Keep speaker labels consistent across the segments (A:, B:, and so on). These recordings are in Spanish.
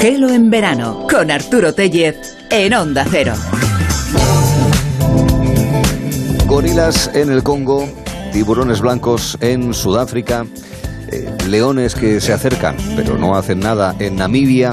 A: Gelo en verano con Arturo Tellez en Onda Cero.
B: Gorilas en el Congo, tiburones blancos en Sudáfrica, eh, leones que se acercan pero no hacen nada en Namibia,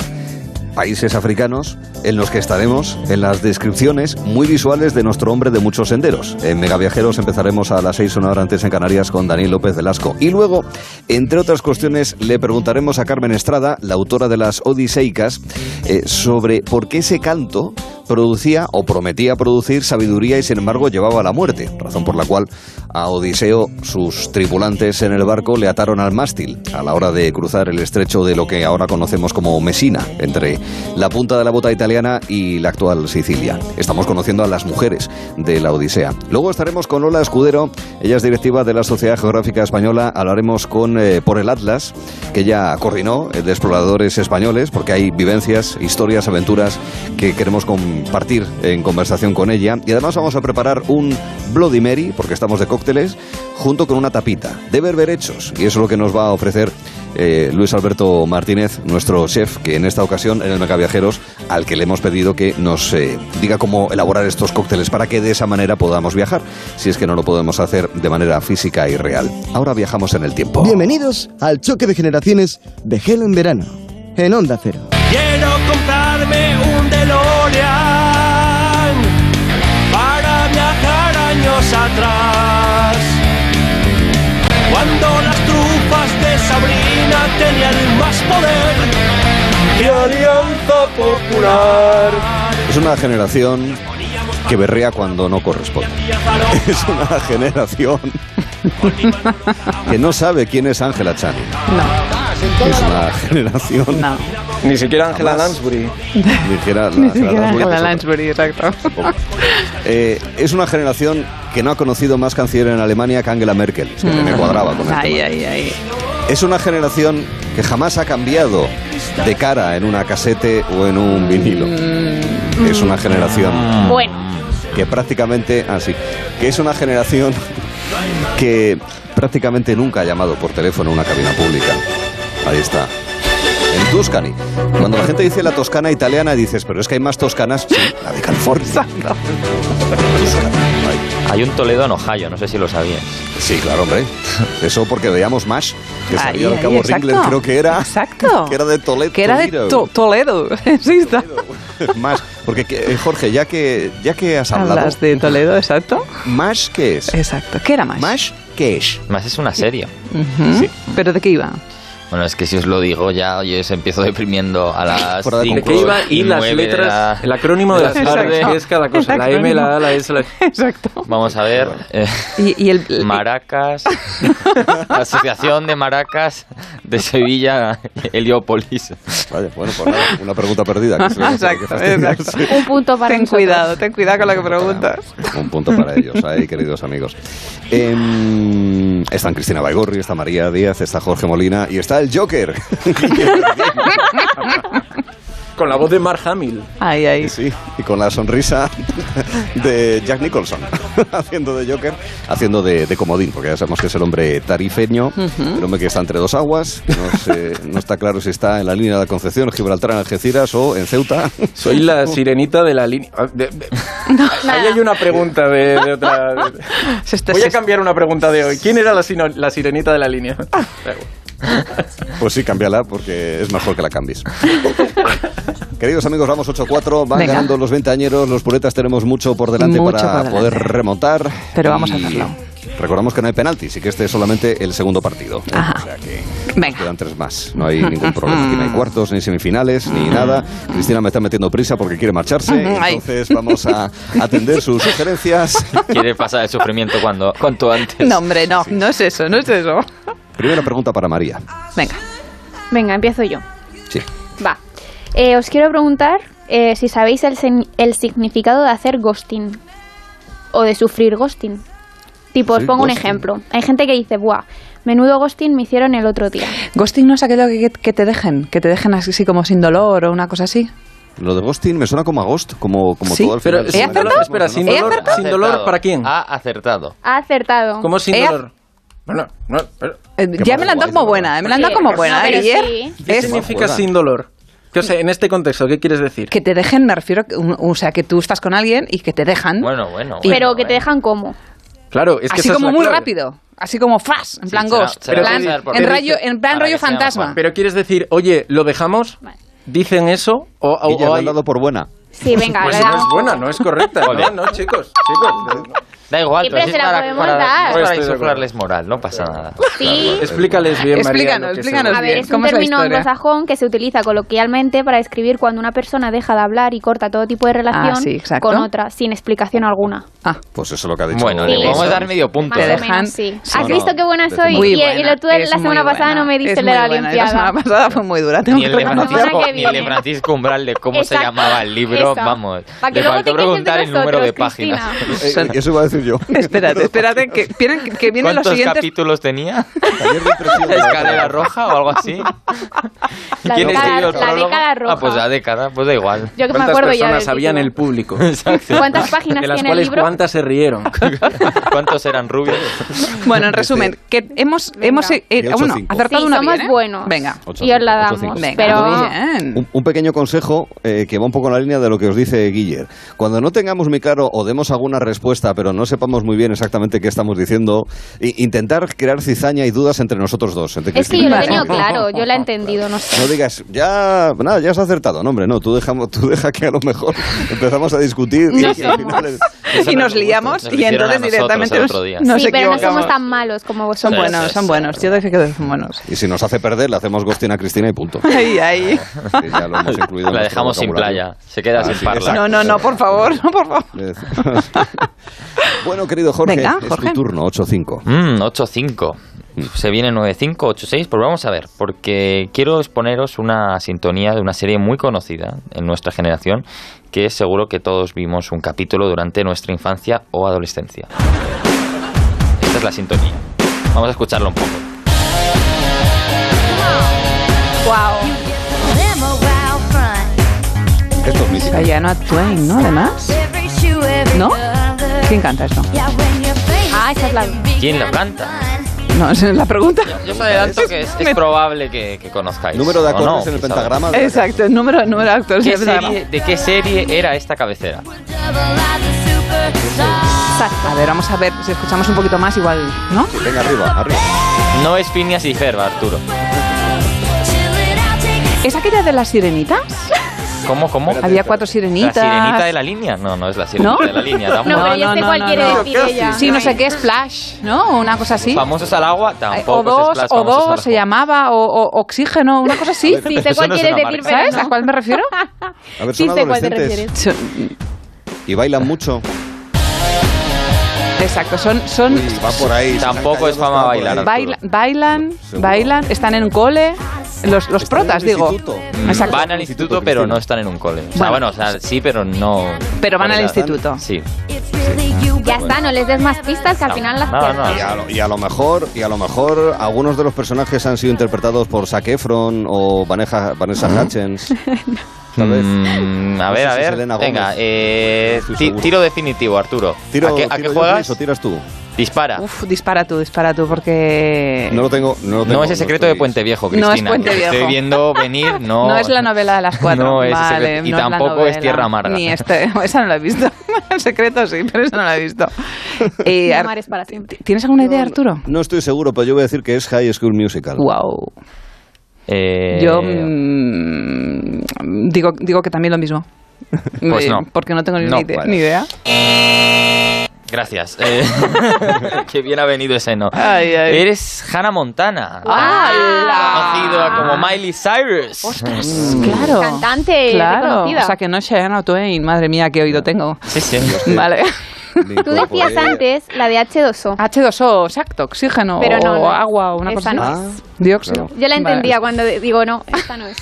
B: países africanos en los que estaremos en las descripciones muy visuales de nuestro hombre de muchos senderos. En Megaviajeros empezaremos a las 6 una hora antes en Canarias con Daniel López Velasco. Y luego, entre otras cuestiones, le preguntaremos a Carmen Estrada, la autora de las Odiseicas, eh, sobre por qué ese canto producía o prometía producir sabiduría y sin embargo llevaba a la muerte, razón por la cual a Odiseo sus tripulantes en el barco le ataron al mástil a la hora de cruzar el estrecho de lo que ahora conocemos como Mesina, entre la punta de la bota italiana y la actual Sicilia. Estamos conociendo a las mujeres de la Odisea. Luego estaremos con Lola Escudero, ella es directiva de la Sociedad Geográfica Española, hablaremos con eh, por el Atlas, que ella coordinó eh, de exploradores españoles, porque hay vivencias, historias, aventuras que queremos con partir en conversación con ella. Y además vamos a preparar un Bloody Mary, porque estamos de cócteles, junto con una tapita de berberechos. Y eso es lo que nos va a ofrecer eh, Luis Alberto Martínez, nuestro chef, que en esta ocasión en el Megaviajeros, al que le hemos pedido que nos eh, diga cómo elaborar estos cócteles para que de esa manera podamos viajar, si es que no lo podemos hacer de manera física y real. Ahora viajamos en el tiempo.
C: Bienvenidos al choque de generaciones de Gelo en verano, en Onda Cero.
D: Quiero comprarme un DeLorean para viajar años atrás. Cuando las trufas de Sabrina tenían más poder que Alianza Popular.
B: Es una generación que berrea cuando no corresponde. Es una generación que no sabe quién es Ángela Chan. Es una generación.
E: No.
F: Ni siquiera Angela
B: Jamás.
F: Lansbury.
B: Ni siquiera la-
E: Ni
B: la- la-
E: siquiera
B: la-
E: Angela
B: la-
E: Lansbury, exacto.
B: Eh, es una generación que no ha conocido más canciller en Alemania que Angela Merkel, que me cuadraba con el
E: Ay,
B: tema.
E: ay, ay.
B: Es una generación que jamás ha cambiado de cara en una casete o en un vinilo. Es una generación
G: Bueno,
B: que prácticamente, así, que es una generación que prácticamente nunca ha llamado por teléfono a una cabina pública. Ahí está. En Tuscany. Cuando la gente dice la toscana italiana, dices, pero es que hay más toscanas. Sí, la de California. Tuscany. Ahí.
H: Hay un Toledo en Ohio, no sé si lo sabías.
B: Sí, claro, hombre. Eso porque veíamos más. Que salía
E: Ahí,
B: el
E: ahí,
B: cabo
E: exacto.
B: Ringler, creo que era.
E: Exacto.
B: Que era de Toledo.
E: Que era de
B: Toledo.
E: To- Toledo. Exista.
B: Más. Porque, que- eh, Jorge, ya que, ya que has hablado.
E: Hablas de Eh, Toledo, exacto.
B: ¿Más qué es?
E: Exacto. ¿Qué era más?
B: ¿Más qué es?
H: Más es una serie.
E: Ujú. ¿Pero de qué iba?
H: Bueno, es que si os lo digo ya, yo os empiezo deprimiendo a las
B: Fuera de
F: ¿De
H: 5
F: qué iba? Y las
H: nueve de
F: letras,
H: la-
F: el acrónimo de las
H: Exacto.
F: tardes, que es cada cosa. La M, la A, la S, la...
E: Exacto.
H: Vamos a ver. eh,
E: Y, y el, el-
H: Maracas. la Asociación de Maracas de Sevilla, Heliópolis.
B: Vale, bueno, pues nada, una pregunta perdida. que se le va a tener que
E: Exacto,
B: fastidiar.
E: exacto.
G: un punto para
E: Ten
G: nosotros.
E: cuidado, ten cuidado con lo que preguntas.
B: Un punto para ellos, ahí, queridos amigos. Em, están Cristina Baigorri, está María Díaz, está Jorge Molina y está el Joker.
F: Con la voz de Mark Hamill.
E: Ay, ay.
B: Sí, y con la sonrisa de Jack Nicholson, haciendo de Joker, haciendo de, de comodín, porque ya sabemos que es el hombre tarifeño, el hombre que está entre dos aguas, que no, sé- no está claro si está en la línea de la Concepción, Gibraltar, en Algeciras o en Ceuta.
F: Soy la sirenita de la línea... ah, de- de- Ahí hay una pregunta de, de otra...
E: Se está-
F: Voy a
E: se-
F: cambiar una pregunta de hoy. ¿Quién era la, sino- la sirenita de la línea?
B: Pues sí, cámbiala, porque es mejor que la cambies. Queridos amigos, vamos 8-4, van
E: Venga.
B: ganando los ventañeros, los puretas tenemos mucho por delante
E: Mucho
B: para
E: por delante.
B: poder remontar.
E: Pero vamos a
B: Y
E: hacerlo.
B: Recordamos que no hay penaltis y que este es solamente el segundo partido. ¿eh?
E: Ajá.
B: O sea que
E: Venga.
B: quedan tres más. No hay ningún problema. Aquí no hay cuartos, ni semifinales, ni nada. Cristina me está metiendo prisa porque quiere marcharse.
E: Ay.
B: Entonces vamos a atender sus sugerencias.
H: Quiere pasar el sufrimiento cuando, cuanto antes.
E: No, hombre, no, no es eso, no es eso.
B: Primera pregunta para María.
E: Venga.
G: Venga, empiezo yo.
B: Sí.
G: Va. Eh, os quiero preguntar eh, si sabéis el, sen- el significado de hacer ghosting o de sufrir ghosting. Tipo, os
B: Sí,
G: pongo un
B: ghosting.
G: ejemplo. Hay gente que dice, buah, menudo ghosting me hicieron el otro día.
E: Ghosting no es aquello que, que te dejen, que te dejen así como sin dolor o una cosa así.
B: Lo de Ghosting me suena como a Ghost, como, como
E: Sí,
B: todo al
F: pero
B: final. de
F: ¿he
B: semana.
F: acertado? Espera, sin
B: ¿Eh?
F: dolor.
H: Acertado.
F: ¿Sin dolor para quién?
H: Ha acertado.
G: Ha acertado.
F: ¿Cómo sin
E: Eh,
F: dolor? No, no, no, pero-
E: Eh,
B: Qué
E: ya me la han
B: guay,
E: dado como
B: guay.
E: buena, eh, me la han dado como
G: No,
E: buena.
G: pero
E: Ayer
G: sí.
F: ¿Qué
E: es
F: significa sin dolor? Yo sé, en este contexto, ¿qué quieres decir?
E: Que te dejen, me refiero, que un- o sea, que tú estás con alguien y que te dejan.
H: Bueno, bueno.
G: Pero
H: bueno,
G: que te
H: eh.
G: dejan como.
F: Claro, es que
E: así
F: esa es
E: como
F: la
E: muy
F: clave.
E: rápido. Así como fast, en
H: Sí,
E: plan
H: será-
E: ghost.
H: será
E: en plan,
H: pensar por
E: en,
H: qué.
E: rayo, en plan
H: Para
E: rollo
H: que sea
E: fantasma.
H: mejor.
F: Pero quieres decir, oye, ¿lo dejamos?
G: Vale.
F: ¿Dicen eso? ¿O, o-
B: Ella
F: o
B: lo ha
F: hay-
B: dado por buena.
G: Sí, venga,
F: Pues
G: le
F: no
G: damos
F: es buena, no es correcta. no,
H: Joder.
F: no, chicos, chicos.
H: Da igual,
G: Siempre
H: pero
G: se
H: es
G: la
H: para,
G: podemos
H: para,
G: dar.
H: es
F: Pues
H: para
F: estoy de
H: insuflarles moral, no pasa nada.
G: Sí.
F: Explícales bien,
E: Explícanos,
F: María, lo que es el
E: explícanos
G: A ver,
E: bien.
G: es un
E: ¿Cómo es la
G: término
E: historia?
G: anglosajón que se utiliza coloquialmente para describir cuando una persona deja de hablar y corta todo tipo de relación
E: Ah, sí, exacto.
G: con otra, sin explicación alguna.
E: Ah,
B: Pues eso es lo que ha dicho. Eh,
H: Bueno, le
G: Sí.
H: podemos dar medio punto. ¿eh?
G: Más
E: Te
G: o
E: dejan-
G: menos, sí.
E: sí.
G: ¿Has
B: No,
G: visto
B: no,
G: qué buena
B: te
G: soy?
B: muy
G: y, y lo tú
E: buena,
G: la
E: es
G: semana
E: muy
G: pasada no
E: buena,
G: me
E: es
G: diste
E: muy
G: la
E: buena. La semana
G: limpiada.
E: pasada fue muy dura. tengo
H: Ni el, de
E: que reconocer.
G: semana
H: Francisco,
G: que
H: ni el de
G: viene.
H: Francisco Umbral de cómo se
G: Exacto,
H: llamaba el libro,
G: eso.
H: vamos.
G: Para que
H: Le
G: luego te quejes
H: faltó
G: de
H: preguntar el número de
G: nosotros,
H: páginas.
G: Cristina.
B: Eh, eh, eso iba a decir yo.
E: Espérate, espérate, que, vienen- que vienen los
H: ¿Cuántos
E: siguientes.
H: capítulos tenía?
B: Ayer me impresionó.
H: ¿Escalera roja o algo así?
G: La
H: ¿Quién
G: década-
H: escribió el
G: la
H: prólogo?
G: década roja.
H: Ah, pues la década, pues da igual.
G: Yo que me
F: ¿Cuántas
G: acuerdo ya
F: personas
G: del
F: había en
G: título.
F: el público?
H: Exacto.
G: ¿Cuántas páginas
F: De las
G: tiene el
F: cuales
G: libro?
F: cuántas se rieron.
H: ¿Cuántos eran rubios? Este,
E: Bueno, en resumen, que hemos,
G: Venga.
E: hemos eh, eh,
B: 18,
E: bueno,
B: cinco.
E: acertado
G: Sí,
E: una
G: somos
E: bien, ¿eh?
G: buenos.
E: Venga.
B: Ocho,
G: Y os la
B: cinco, ocho,
G: damos.
B: cinco.
E: Venga,
G: Pero
E: muy bien.
B: Un, un pequeño consejo eh, que va un poco en la línea de lo que os dice Guiller. Cuando no tengamos muy claro o demos alguna respuesta, pero no sepamos muy bien exactamente qué estamos diciendo, i- intentar crear cizaña y dudas entre nosotros dos. entre
G: es que
B: Cristina
G: yo
B: y
G: lo he
E: Vale.
G: tenido claro, yo la he entendido, no sé.
B: No digas, ya, nada, ya has acertado. No, hombre, no, tú, dejamos, tú deja que a lo mejor empezamos a discutir y,
G: No
B: al
G: somos.
B: final es-
E: Y nos
H: Nos
E: liamos
H: lo
E: y
H: hicieron a nosotros
E: entonces directamente
H: el
E: nos,
H: otro día.
E: nos
G: sí, pero no
E: equivocamos.
G: somos tan malos como
E: Son
G: vosotros.
H: Sí,
E: buenos,
H: sí,
E: son
H: sí.
E: buenos. Yo dije que son buenos.
B: y si nos hace perder, le hacemos Gostina a Cristina y punto.
E: Ay, ay.
B: Sí, ya lo hemos incluido en
H: La
B: nuestro
H: dejamos sin
B: vocabulario.
H: playa. Se queda
B: Ah,
H: sin
B: sí,
H: parla.
E: No, no, no, por favor, no, por favor.
B: bueno, querido Jorge,
E: Venga,
B: es
E: Jorge.
B: tu turno, 8-5.
H: Mm, 8-5. Se viene 9-5, 8-6. Pues vamos a ver, porque quiero exponeros una sintonía de una serie muy conocida en nuestra generación, que seguro que todos vimos un capítulo durante nuestra infancia o adolescencia. Esta es la sintonía. Vamos a escucharlo un poco.
G: Wow.
B: Esto es mítico.
E: Diana Twain, ¿no? Además. ¿No? ¿Quién canta esto?
G: Ah, esa es la.
H: ¿Quién la planta?
E: No, esa es la pregunta.
H: Yo os adelanto que es, es probable que, que conozcáis.
B: Número de
H: ¿o
B: acordes
H: no?
B: en el
H: Quizá.
B: pentagrama. de la
E: Exacto, el número, el número de actores.
H: ¿Qué
E: del programa.
H: serie- ¿De qué serie era esta cabecera?
E: A ver, vamos a ver si escuchamos un poquito más, igual, ¿no?
B: canción. Venga, arriba, arriba.
H: No es Phineas y Ferb, Arturo.
E: ¿Es aquella de las sirenitas?
H: ¿Cómo, cómo?
E: Había cuatro
H: ¿La
E: sirenitas.
H: sirenita de la línea? No, no es la sirenita
E: ¿No?
H: de la línea.
G: No,
H: tampoco.
G: pero ya
E: no,
G: sé
E: no,
G: cuál
E: no,
G: quiere
E: no.
G: decir ella.
E: Sí, no sé
G: es-
E: qué, Splash, ¿no? Una cosa así.
H: Famosos al agua,
E: Eh,
H: tampoco.
E: O dos,
H: es Splash,
E: o
H: famosos al
E: dos se
H: agua.
E: llamaba, o, o oxígeno, una cosa así.
G: Sí,
H: Pero
G: sé
H: eso
G: cuál
H: no es
G: quieres
H: una
G: decir,
H: marca.
G: pero
E: ¿Sabes
G: no.
E: a cuál me refiero?
B: A ver,
G: Sí,
B: son
G: sé cuál te
B: adolescentes
G: refieres.
B: y bailan mucho.
E: Exacto, son, son
B: Y va por ahí. se
H: Tampoco
B: han
H: es
B: caído,
H: fama
B: va por
H: bailar,
B: ahí.
E: baila- bailan,
B: Seguro.
E: bailan, están en un cole, los, los
B: Están en
E: protas,
B: el
E: digo.
B: instituto.
H: Mm,
E: Exacto.
H: Van al instituto, pero no están en un cole. O sea,
E: Bueno.
H: bueno, o sea, sí, pero no.
E: Pero van al
H: o sea,
E: instituto.
H: Sí.
G: Ya está, no les des más pistas que al final las
H: No,
G: pierdes.
H: no.
B: Y a, lo, y a lo mejor, y a lo mejor algunos de los personajes han sido interpretados por Zac Efron o Vanessa, Vanessa Hutchins. Tal vez.
H: Mm, a
B: No
H: ver,
B: sé
H: a
B: si es
H: ver.
B: Selena Gómez.
H: Venga, eh,
B: estoy
H: ti-
B: seguro.
H: tiro definitivo, Arturo.
B: Tiro,
H: ¿A qué, a
B: tiro
H: qué
B: yo,
H: juegas?
B: Cris, o tiras tú?
H: Dispara.
E: Uf, dispara tú, dispara tú, porque...
B: No lo tengo. No, lo tengo,
H: no es el secreto de
B: estoy-
H: Puente Viejo,
E: No es
H: Cristina.
E: Puente
H: Lo Estoy
E: Viejo.
H: viendo venir, no.
E: No es la novela de las cuatro.
H: No es el
E: Vale,
H: secreto. Y
E: no es la
H: tampoco es
E: novela.
H: Tierra Amarga.
E: Ni este, esa no la he visto. El secreto sí, pero esa no la he visto. Eh,
G: Mi
E: Ar-
G: amar es para siempre.
E: ¿Tienes alguna idea, Arturo?
B: No estoy seguro, pero yo voy a decir que es High School Musical.
E: Wow.
H: Eh,
E: Yo mm, digo, digo que también lo mismo.
H: Pues
E: Eh,
H: no.
E: Porque no tengo ni,
H: No,
E: ide-
H: vale.
E: ni idea.
H: Gracias. Eh, qué bien ha venido ese no.
E: Ay, ay. Ah,
H: Eres Hannah Montana. Conocida Ah, como Miley Cyrus.
E: Claro.
G: Mm. Cantante
E: Claro.
G: reconocida.
E: O sea que no es Shania Twain. Madre mía, qué oído tengo.
H: Sí, sí.
E: Vale.
B: Me
G: Tú decías
B: incorporé-
G: antes la de H2O.
E: Ah, H2O, exacto, oxígeno
G: Pero no,
E: o
G: no es.
E: agua o una cosa
G: Esa
E: así.
G: no
B: Ah,
G: es.
E: Dióxido.
G: Yo la
E: Vale.
G: entendía cuando de- digo, no, esta no es.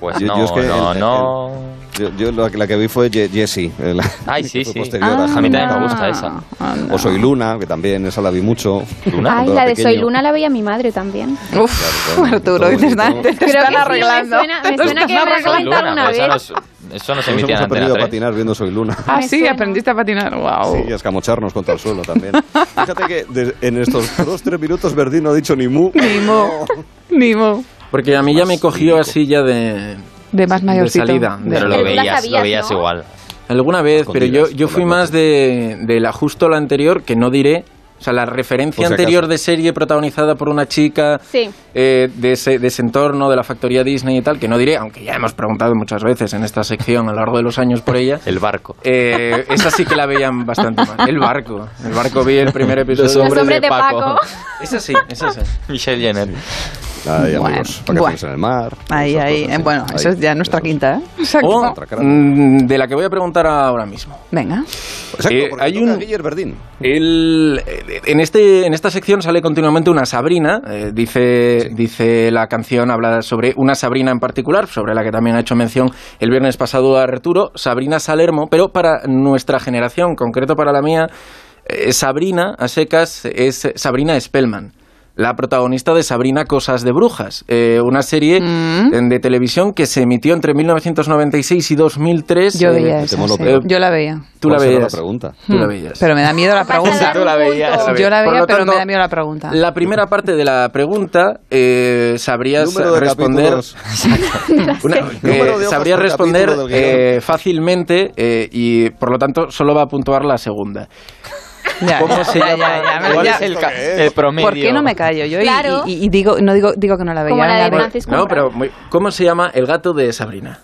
H: Pues
B: Yo-
H: no,
B: yo es que
H: no,
B: el-
H: no.
B: Yo, yo la, que- la que vi fue Ye- Jessie. eh, la-
H: Ay,
B: que
H: sí,
B: fue
H: sí.
B: posterior
H: Ah,
B: Hannah
H: a mí también
B: Montana.
H: me gusta esa.
E: Anda.
B: O Soy Luna, que también esa la vi mucho.
H: Luna.
G: Ay,
B: Cuando
G: la
B: era
G: de Soy
B: pequeño.
G: Luna la veía mi madre también.
E: Uf,
B: bueno,
E: Arturo,
B: bonito.
E: te están, te- te
G: Creo
E: están
G: que sí, me
E: arreglando.
G: suena- me
E: Te
G: suena
E: están
G: que me
E: arreglando.
G: Cuenta
H: Luna,
G: alguna
H: pero esa
G: vez.
H: no es- eso no se
B: Nos
H: emitía
B: hemos
H: en Antena
B: aprendido a
H: 3.
B: patinar viendo Soy Luna.
E: Ah,
G: Me
E: sí,
G: suena.
E: aprendiste a patinar.
H: Oh.
E: Wow.
B: Sí, y a escamocharnos contra el suelo también. Fíjate que de- en estos dos, tres minutos Verdi no ha dicho ni mu.
E: Nimo. Nimo.
F: Porque a mí ya me cogió así ya de.
E: de más mayorcito.
F: De salida. de
H: Pero
G: Pero
H: lo
G: tú
F: salida.
G: la
H: veías,
G: sabías,
H: lo veías
G: ¿no?
H: igual.
F: Alguna vez, pero yo,
B: Escondidas,
F: yo
B: por
F: fui
B: la
F: más de, de la justo la anterior, que no diré. O sea, la referencia
B: Por si
F: anterior
B: acaso.
F: de serie protagonizada por una chica
G: Sí.
F: eh, de, ese, de ese entorno, de la factoría Disney y tal, que no diré, aunque ya hemos preguntado muchas veces en esta sección a lo largo de los años por ella.
H: El barco.
F: Eh, esa sí que la veían bastante mal. El barco. El barco vi el primer episodio.
G: Los hombres de Paco.
F: Esa sí, esa sí.
H: Michelle Jenner.
B: Ay,
E: Bueno,
B: amigos, vacaciones
E: bueno.
B: en el mar.
E: Ahí,
B: esas
E: ahí.
B: cosas,
E: eh, Bueno,
B: ahí,
E: eso es ya nuestra
B: esos-
E: quinta, ¿eh? Exacto.
F: O
B: Otra cara.
F: mm, de la que voy a preguntar ahora mismo.
E: Venga.
B: Exacto,
F: Eh,
B: porque
F: hay
B: toca
F: un-
B: Guiller Verdín.
F: El- eh, en, este, en esta sección sale continuamente una Sabrina. eh, dice, dice la canción, habla sobre una Sabrina en particular, sobre la que también ha hecho mención el viernes pasado Arturo, Sabrina Salermo, pero para nuestra generación, en concreto para la mía, eh, Sabrina a secas es Sabrina Spellman. La protagonista de Sabrina Cosas de Brujas, eh, una serie
E: Mm.
F: eh, de televisión que se emitió entre 1996 y 2003.
E: Yo
F: eh,
E: veía
B: te
E: esa
B: mola,
E: serie.
F: eh,
E: Yo la veía.
F: Tú la
B: ¿Cuál será
F: veías.
B: la pregunta?
F: Tú la
E: Hmm.
F: veías.
E: Pero me da miedo la pregunta.
G: Tú la veías.
E: Yo la
F: Por
E: veía,
F: lo
E: pero
F: tanto,
E: me da miedo la pregunta.
F: La primera parte de la pregunta eh, sabrías
B: Número de
F: responder.
B: capítulos.
F: una-
B: Número de
F: eh,
B: hojas
F: sabrías
B: por
F: responder
B: capítulo del
F: eh,
B: guión.
F: fácilmente eh, y por lo tanto solo va a puntuar la segunda.
E: Ya,
F: ¿Cómo
E: ya,
F: se
E: ya,
F: llama?
E: ya, ya, me-
F: ¿Cuál
E: ya.
F: es el ca-
H: El promedio.
E: ¿Por qué no me callo yo? Y,
G: Claro.
E: y- y digo, no digo, digo que no la veía.
G: Como la de
E: ve-
G: Francis
F: No,
G: Cumbra.
F: pero muy- ¿cómo se llama el gato de Sabrina?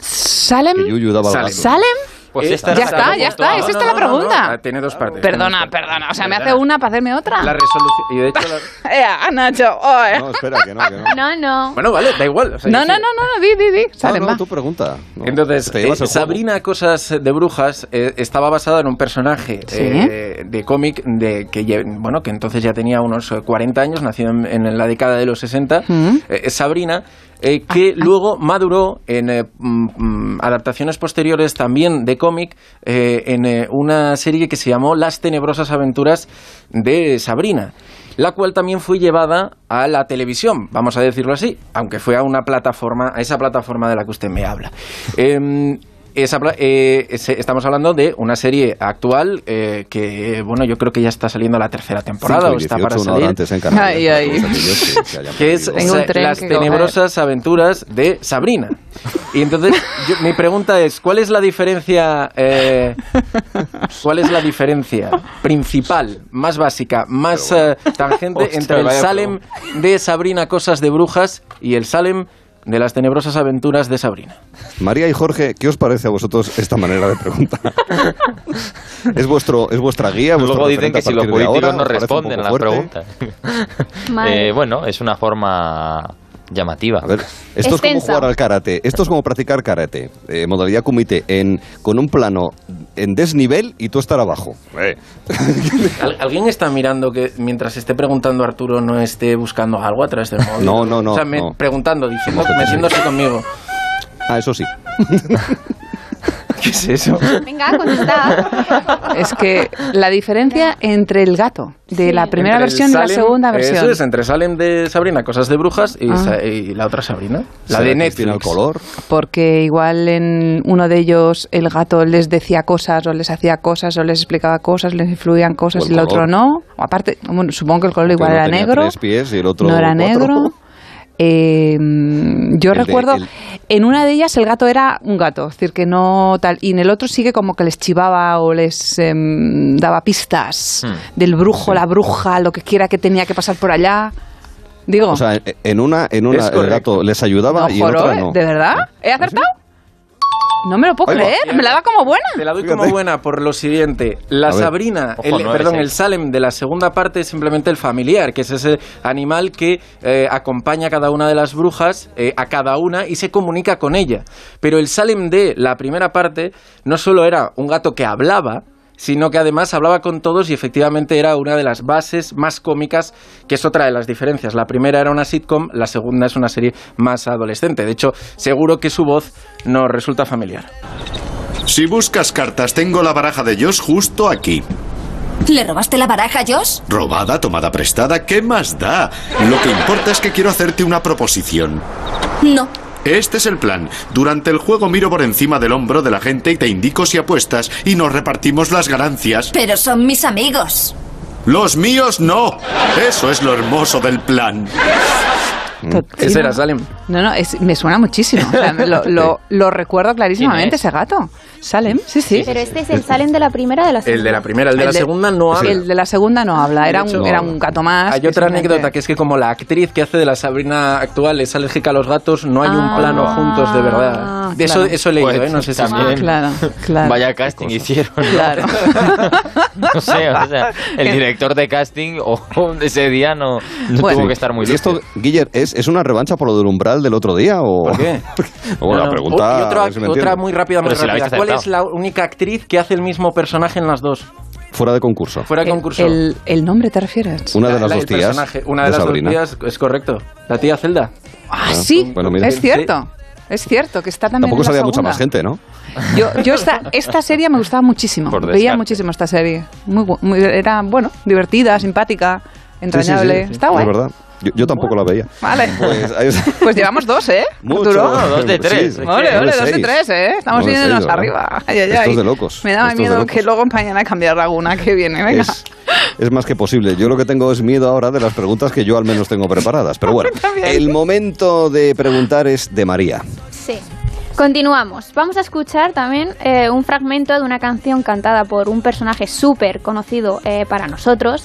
E: ¿Salem?
B: Que Yuyu daba
F: Sale.
B: la
E: ¿Salem?
H: Pues
F: Eh,
H: esta
E: ya
H: no se
E: está,
H: la
E: ya
H: puesto.
E: está, esa está la pregunta.
F: ah, tiene dos partes.
E: Perdona,
F: Tiene dos partes.
E: perdona. O sea, me hace una para hacerme otra.
F: La resolución. Y de hecho. la-
E: Eh, ah, Nacho. oh, eh.
B: No, espera, que no, que no.
G: No, no.
F: Bueno, vale, da igual. o sea,
E: No,
F: yo
E: no,
F: sé-
E: no, no, no, di, di, di. Salem,
B: no,
E: va.
B: tu pregunta. No,
F: Entonces,
B: te llevas
F: eh,
B: el juego.
F: Sabrina Cosas de Brujas eh, estaba basada en un personaje
E: Sí.
F: eh, de cómic de que lle- bueno que entonces ya tenía unos eh, 40 años, nacido en, en la década de los 60,
E: Mm.
F: eh, Sabrina, eh, que luego maduró en eh, mm, mm, adaptaciones posteriores también de cómic eh, en eh, una serie que se llamó Las tenebrosas aventuras de Sabrina. La cual también fue llevada a la televisión, vamos a decirlo así, aunque fue a una plataforma, a esa plataforma de la que usted me habla. Em, esa pla- eh, ese- estamos hablando de una serie actual eh, que, bueno, yo creo que ya está saliendo la tercera temporada
B: Cinco
F: o
B: y
F: está
B: 18,
F: para
B: una hora
F: salir.
B: antes en Canarias,
E: Ay,
B: para
E: ay.
B: todos aquellos que- que hayan
F: Que es
B: perdido.
E: Tengo un
F: eh,
E: tren
F: Las
E: que coger.
F: tenebrosas aventuras de Sabrina. Y entonces, yo- mi pregunta es, ¿cuál es la diferencia eh, cuál es la diferencia principal, más básica, más eh, tangente
H: Ostras,
F: entre el
H: vaya
F: Salem de Sabrina Cosas de Brujas y el Salem de las tenebrosas aventuras de Sabrina?
B: María y Jorge, ¿qué os parece a vosotros esta manera de preguntar? ¿Es, vuestro, ¿Es vuestra guía? vuestro
H: Luego dicen
B: referente
H: que
B: a
H: si los
B: partir de
H: políticos
B: ahora?
H: no
B: ¿Os parece un
H: responden a
B: poco
H: las
B: fuerte?
H: preguntas.
G: Madre.
H: Eh, bueno, es una forma llamativa.
B: A ver, esto es como
G: Extensa.
B: jugar al karate. Esto es como practicar karate. eh, modalidad kumite. En, con un plano en desnivel y tú estar abajo. Eh,
F: ¿Al- ¿Alguien está mirando que mientras esté preguntando Arturo no esté buscando algo a través del móvil?
B: No, no, no,
F: O sea, me-
B: no.
F: preguntando, diciendo,
B: No te
F: metiéndose conmigo.
B: Ah, eso sí.
F: ¿Qué es eso?
G: Venga, contestad.
E: Es que la diferencia entre el gato de la primera
F: Entre el
E: versión y la
F: Salem-
E: segunda versión.
F: Eso es, entre Salem de Sabrina, Cosas de Brujas, y,
E: Ah.
F: sa- y la otra Sabrina.
B: ¿Será
F: La
B: que
F: de
B: tiene
F: Netflix.
B: el color.
E: Porque igual en uno de ellos el gato les decía cosas o les hacía cosas o les explicaba cosas, les influían
B: O
E: cosas
B: el
E: y el otro
B: color.
E: no. O aparte, bueno, supongo que el color
B: Porque
E: igual
B: uno
E: era
B: tenía
E: negro.
B: tres pies y el otro
E: no era
B: cuatro.
E: negro. Eh, mm, yo
B: El de-
E: recuerdo,
B: el-
E: en una de ellas el gato era un gato, es decir, que no tal. Y en el otro sí que como que les chivaba o les em, daba pistas
H: Hmm.
E: del brujo, la bruja, lo que quiera que tenía que pasar por allá. Digo,
B: O sea, en- en una, en
F: Es
B: una el
F: correcto.
B: gato les ayudaba
E: no
B: y en otra
E: joro,
B: no. ¿Ah,
E: ¿eh? ¿de verdad? ¿He acertado? No me lo puedo
B: Ahí va.
E: creer, me la da como buena.
F: Te la doy como
B: Fíjate.
F: buena por lo siguiente. La
B: A ver.
F: Sabrina,
H: Ojo,
F: el,
H: nueve,
F: perdón,
H: seis.
F: el Salem de la segunda parte es simplemente el familiar, que es ese animal que eh, acompaña a cada una de las brujas, eh, a cada una, y se comunica con ella. Pero el Salem de la primera parte no solo era un gato que hablaba, sino que además hablaba con todos y efectivamente era una de las bases más cómicas, que es otra de las diferencias. La primera era una sitcom, la segunda es una serie más adolescente. De hecho, seguro que su voz nos resulta familiar.
I: Si buscas cartas, tengo la baraja de Josh justo aquí.
J: ¿Le robaste la baraja, Josh?
I: Robada, tomada prestada, ¿qué más da? Lo que importa es que quiero hacerte una proposición.
J: No.
I: Este es el plan. Durante el juego miro por encima del hombro de la gente y te indico si apuestas y nos repartimos las ganancias.
J: Pero son mis amigos.
I: Los míos no. Eso es lo hermoso del plan.
B: Mm.
F: Ese era Salem.
E: Mm. No, no, es- me suena muchísimo. O sea, lo, lo- lo recuerdo clarísimamente,
F: es?
E: ese gato. Salem, sí, sí.
G: Pero este es el Salem de la primera de la
F: El de la primera, el de
E: El
F: la
E: de-
F: segunda no habla.
E: El de la segunda no habla, era
F: De hecho,
E: un, era un gato más.
F: Hay
E: que
F: otra
E: simplemente-
F: anécdota que es que como la actriz que hace de la Sabrina actual es alérgica a los gatos, no hay un
E: Ah,
F: plano juntos de verdad. De eso,
E: claro.
F: eso he leído,
H: Pues,
F: ¿eh? no sé si es
H: también.
F: verdad.
E: Ah, Claro, claro.
H: Vaya casting hicieron. ¿no?
E: Claro.
H: No sé, o sea, el director de casting o de ese día no, no
E: Bueno.
H: tuvo que estar muy
B: ¿Y esto,
H: lúcido.
B: Guiller, ¿es, es una revancha por lo del umbral del otro día? O...
F: ¿Por qué?
B: Bueno,
F: No,
B: la
F: no.
B: pregunta.
F: Oh, y otra,
B: a ver si me
F: otra
B: entiendes.
F: muy rápida, muy
H: Pero si la
F: rápida.
H: habéis
F: ¿Cuál
H: acertado.
F: es la única actriz que hace el mismo personaje en las dos?
B: Fuera de concurso.
F: Fuera de concurso.
E: El, el nombre te refieres?
B: Una de
F: La-
B: las
F: la-
B: dos
F: el
B: tías.
F: personaje, Una de, las
B: Sabrina.
F: dos tías, es correcto. La tía Zelda.
E: Ah, sí,
B: bueno, mira.
E: es cierto. Es cierto que está también
B: Tampoco
E: en la
B: sabía mucha
E: segunda.
B: más gente, ¿no?
E: Yo, yo esta, esta serie me gustaba muchísimo.
H: Por
E: Veía
H: descarte.
E: muchísimo esta serie. Muy, bu- muy- era, bueno, divertida, simpática, entrañable. Está guay.
B: Es verdad. Yo, yo tampoco la veía.
E: Vale.
B: Pues, ahí está.
E: Pues llevamos dos, ¿eh?
B: Mucho.
E: Arturo.
H: No, dos de tres.
B: Sí.
E: Ole, ole, dos de
B: seis.
E: tres, ¿eh? Estamos
B: Dos de
E: yéndonos
B: seis, ¿verdad?
E: arriba. Ay, ay,
B: Esto es
E: ay.
B: de locos.
E: Me daba
B: Esto es de
E: miedo
B: locos.
E: que luego mañana cambiar alguna que viene. Venga.
B: Es, es más que posible. Yo lo que tengo es miedo ahora de las preguntas que yo al menos tengo preparadas. Pero bueno,
E: También.
B: el momento de preguntar es de María.
G: Sí. Continuamos. Vamos a escuchar también eh, un fragmento de una canción cantada por un personaje súper conocido eh, para nosotros.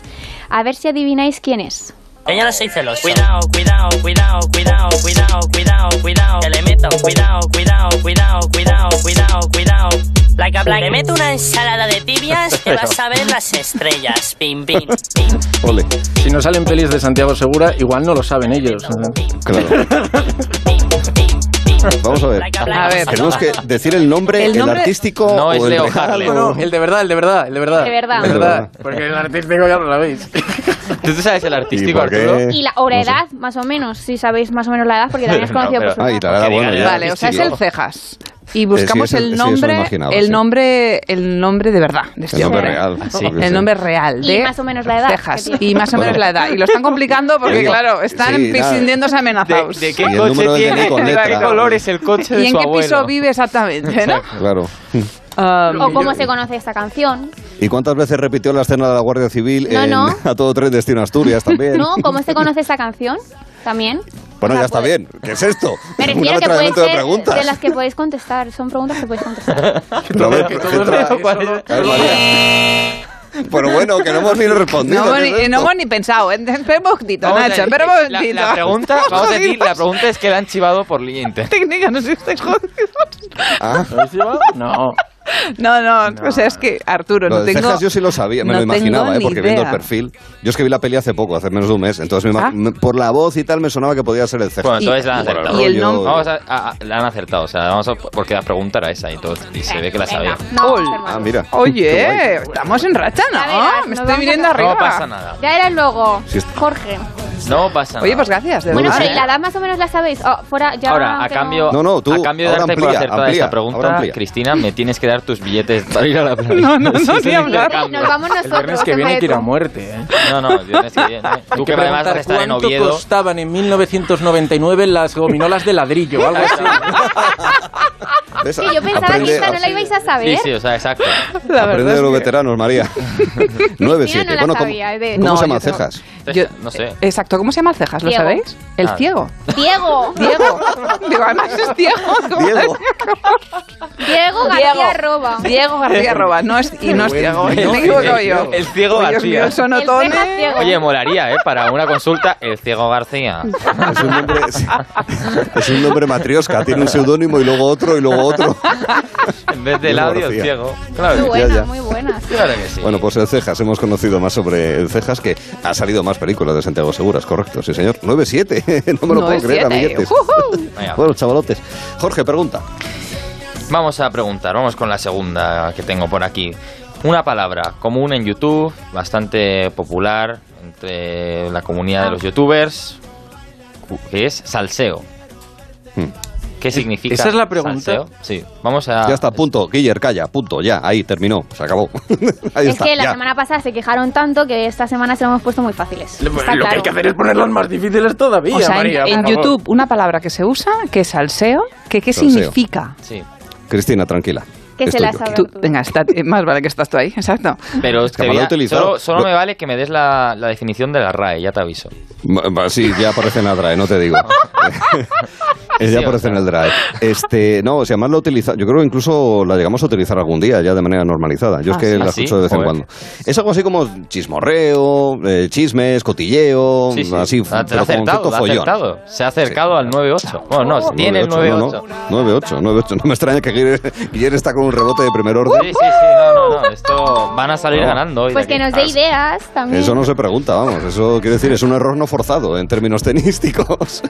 G: A ver si adivináis quién es.
K: Ella no soy celoso. Cuidado, cuidado, cuidado, cuidado, cuidado, cuidado, cuidado. Que le meto, cuidado, cuidado, cuidado, cuidado, cuidado, cuidado. Blaca, blaca. Le meto una ensalada de tibias que vas a ver las estrellas. Pim, pim, pim.
B: Ole.
F: Si no salen pelis de Santiago Segura, igual no lo saben ellos.
B: Claro. Vamos a ver.
E: A ver.
B: Tenemos que decir el nombre,
E: El
B: el,
E: nombre-
B: artístico
H: No
B: o
H: es
B: el
H: Leo
B: real,
H: Harlem.
B: o-
F: No, no, el de verdad, el de verdad, el de verdad.
G: De verdad.
F: El de
B: El de verdad.
F: Porque el artístico ya lo sabéis.
H: ¿Tú te sabes el artístico,
B: por qué?
H: Arturo?
B: Eh,
G: Y la o la
B: no sé.
G: edad, más o menos, si sabéis más o menos la edad, porque también es
H: No,
G: conocido
H: pero-
G: por su
B: Ay,
G: edad.
B: Ah, la-
H: Que
B: bueno,
H: diga
B: ya.
E: Vale, o sea, es el cejas. Y buscamos
B: sí, eso- sí,
E: el
B: eso me
E: nombre,
B: imaginaba,
E: el
B: sí.
E: nombre, el nombre de verdad. de este
B: El nombre
E: hombre.
B: real.
H: Sí.
B: yo qué sé.
E: El nombre real de
G: Y más o menos la edad
E: Cejas.
G: que tiene.
E: Y más o menos
B: Bueno.
E: la edad. Y lo están complicando porque,
B: digo,
E: claro, están
B: sí, nada.
E: sintiéndose amenazados.
H: ¿De, de qué
B: Y el
H: coche
B: número del
H: tiene?
B: DNI con
H: ¿De qué
B: letra.
H: color es el coche de
E: ¿Y en
H: su
E: qué piso
H: abuelo?
E: vive exactamente? ¿no?
B: Claro.
E: Um,
G: O cómo se conoce esta canción.
B: ¿Y cuántas veces repitió la escena de la Guardia Civil
G: No,
B: en
G: no.
B: A todo tren destino Asturias también?
G: No, ¿cómo se conoce esta canción? También.
B: Bueno,
G: O sea,
B: ya está
G: puede-
B: bien. ¿Qué es esto?
G: Me
B: Un
G: refiero que puede
B: atrevimiento de
G: ser
B: preguntas.
G: de las que podéis contestar. Son preguntas que podéis contestar.
B: Pero a ver,
F: Que
B: ¿qué
F: todo
B: tra-
F: eso no-
B: A ver, María. Pero bueno, que no hemos ni respondido.
E: No hemos,
B: ¿qué es
E: ni, no
B: esto?
E: hemos ni pensado. ¿eh? Espera un poquitito,
H: Vamos a-
E: Nacho. Espera
B: eh,
E: un
H: la,
E: poquitito.
H: la pregunta,
E: Estamos
H: vamos a decir, la
E: jodidos.
H: pregunta es que la han chivado por línea interna.
E: técnica, no sé si estáis jodidos.
B: Ah,
F: No.
E: No, no, o sea, es que Arturo,
B: lo
E: no
B: de
E: tengo.
B: cejas yo sí lo sabía, me
E: no
B: lo imaginaba,
E: tengo
B: ¿eh?
E: ni
B: porque viendo el
E: idea.
B: perfil. Yo es que vi la peli hace poco, hace menos de un mes, entonces me ima-
E: Ah.
B: me- por la voz y tal me sonaba que podía ser el cejas.
H: Bueno, entonces la han
B: Y-
H: acertado.
E: y el
B: rollo-
E: nombre-
H: Vamos a, a- a- la han acertado, o sea, vamos a, porque la pregunta era esa y todo, y se ve que la sabía.
G: No,
E: Ol.
G: hermano.
B: Ah, mira. Qué
E: Oye,
B: guay.
E: estamos en racha,
G: Ya
E: ¿no?
G: verás,
E: Me
G: nos
E: estoy
G: vamos
E: viniendo
G: a-
E: arriba.
H: No pasa nada,
G: Ya era el logo.
B: Sí, está-
G: Jorge.
H: no pasa nada.
E: Oye, pues gracias, de
G: Bueno,
E: verdad.
G: pero ¿y
E: ¿eh?
G: la edad más o menos la sabéis? Oh, fuera, ya
H: Ahora, a
G: que no-
H: cambio,
B: No, no, tú,
H: a cambio de
B: ahora
H: darte por
B: amplía,
H: acertada
B: amplía,
H: esta
B: ahora
H: pregunta,
B: amplía.
H: Cristina, me tienes que dar tus billetes para ir a la playa.
E: No, no, no, ni
H: sí,
E: hablar.
H: intercambio.
G: Nos vamos
F: El
G: nosotros.
F: viernes que
G: jefe
F: viene
G: de
F: que ir a
G: turno.
F: muerte, ¿eh?
H: No, no, el viernes que viene. eh. Tú
F: Hay
H: que además vas a
F: preguntar
H: estar en
F: ¿Cuánto
H: Oviedo.
F: costaban en 1999 las gominolas de ladrillo o algo así?
B: ¿Ves?
G: Ah, Sí, yo pensaba
B: Aprende-
G: que esta no la ibais a
H: Sí,
G: saber.
H: sí, o sea, exacto.
E: La
B: Aprende
E: verdad
B: de
E: es
B: los
E: que-
B: veteranos, María.
G: Mira,
B: 9-7.
G: no la
B: bueno, ¿cómo,
G: sabía, eh, de-
B: cómo
E: No,
B: se
E: yo
B: llaman
E: tengo-
B: cejas?
E: yo-
H: No sé.
E: Exacto, ¿cómo se llama el cejas? ¿Lo
G: Diego.
E: sabéis? El
H: Ah.
E: ciego.
G: Diego.
E: Diego. Digo, además es Diego. ¿cómo
B: Diego.
G: Diego García Arroba.
E: Diego García Roba, no es, y no es Diego, me equivoco yo.
H: El ciego
E: Oye, Dios mío,
H: García.
E: son
G: El
E: otones.
G: cejas ciego.
H: Oye, molaría, ¿eh? Para una consulta, el ciego García.
B: Es un nombre, es, es un nombre matriosca. Tiene un seudónimo y luego otro y luego otro.
H: En vez del
B: Diego
H: audio, el
B: García.
H: ciego.
G: Muy
H: Claro, que-
G: buena,
B: ya, ya.
G: muy buena. sí.
H: claro que sí.
B: Bueno, pues el Cejas. Hemos conocido más sobre el Cejas que ha salido más películas de Santiago Seguras, correcto. Sí, señor. 9-7. No me lo puedo creer,
E: 9-7,
B: amiguetes.
E: ujú.
H: Venga,
B: Bueno, chavalotes. Jorge, pregunta.
H: Vamos a preguntar, vamos con la segunda que tengo por aquí. Una palabra común en YouTube, bastante popular entre la comunidad de los youtubers, cu- que es salseo.
B: Hmm.
H: ¿Qué significa?
F: esa es la pregunta?
H: salseo? Sí, vamos a...
B: Ya está, punto. Guiller, calla, punto. Ya, ahí terminó. Se acabó. Ahí
G: Es
B: está,
G: que la
B: ya.
G: semana pasada se quejaron tanto que esta semana se lo hemos puesto muy fáciles.
F: Lo
G: Está
F: que hay
G: claro.
F: que hacer es ponerlas más difíciles todavía,
E: O sea, en,
F: María.
E: en
F: por favor.
E: YouTube, una palabra que se usa, que es salseo, que qué
B: Salseo.
E: significa.
H: Sí.
B: Cristina, tranquila.
G: Que que se la sabe.
E: Tú- venga, está, eh, más vale que estás tú ahí, exacto.
H: Pero te
E: me
H: voy
E: lo he
H: a-
E: utilizado.
H: solo, solo
E: Lo-
H: me vale que me des la, la definición de la RAE, ya te aviso.
B: Sí, ya aparece en la DRAE, no te digo. Eh, ya aparece en el DRAE. Este, no, o sea, más la utiliza. Yo creo que incluso la llegamos a utilizar algún día ya de manera normalizada. Yo
H: Ah,
B: es que
H: ¿sí?
B: la
H: ¿Ah, sí?
B: escucho de vez en
H: Joder.
B: cuando. Es algo así como chismorreo, eh, chismes, cotilleo,
H: Sí, sí.
B: así,
H: Ah, te lo ha
B: pero con
H: acertado,
B: concepto
H: lo ha
B: follón.
H: acertado. Se ha acercado al 9-8. Bueno, no, tiene el
B: 9-8,
H: 9-8.
B: no, no, 9-8, 9-8. No me extraña que Guillermo está con un rebote de primer orden.
H: Sí, sí, sí, no, no, no. Esto van a salir
B: No.
H: ganando. hoy de
G: Pues que
H: aquí.
G: nos dé ideas también.
B: Eso no se pregunta, vamos. Eso quiere decir, es un error no forzado en términos tenísticos.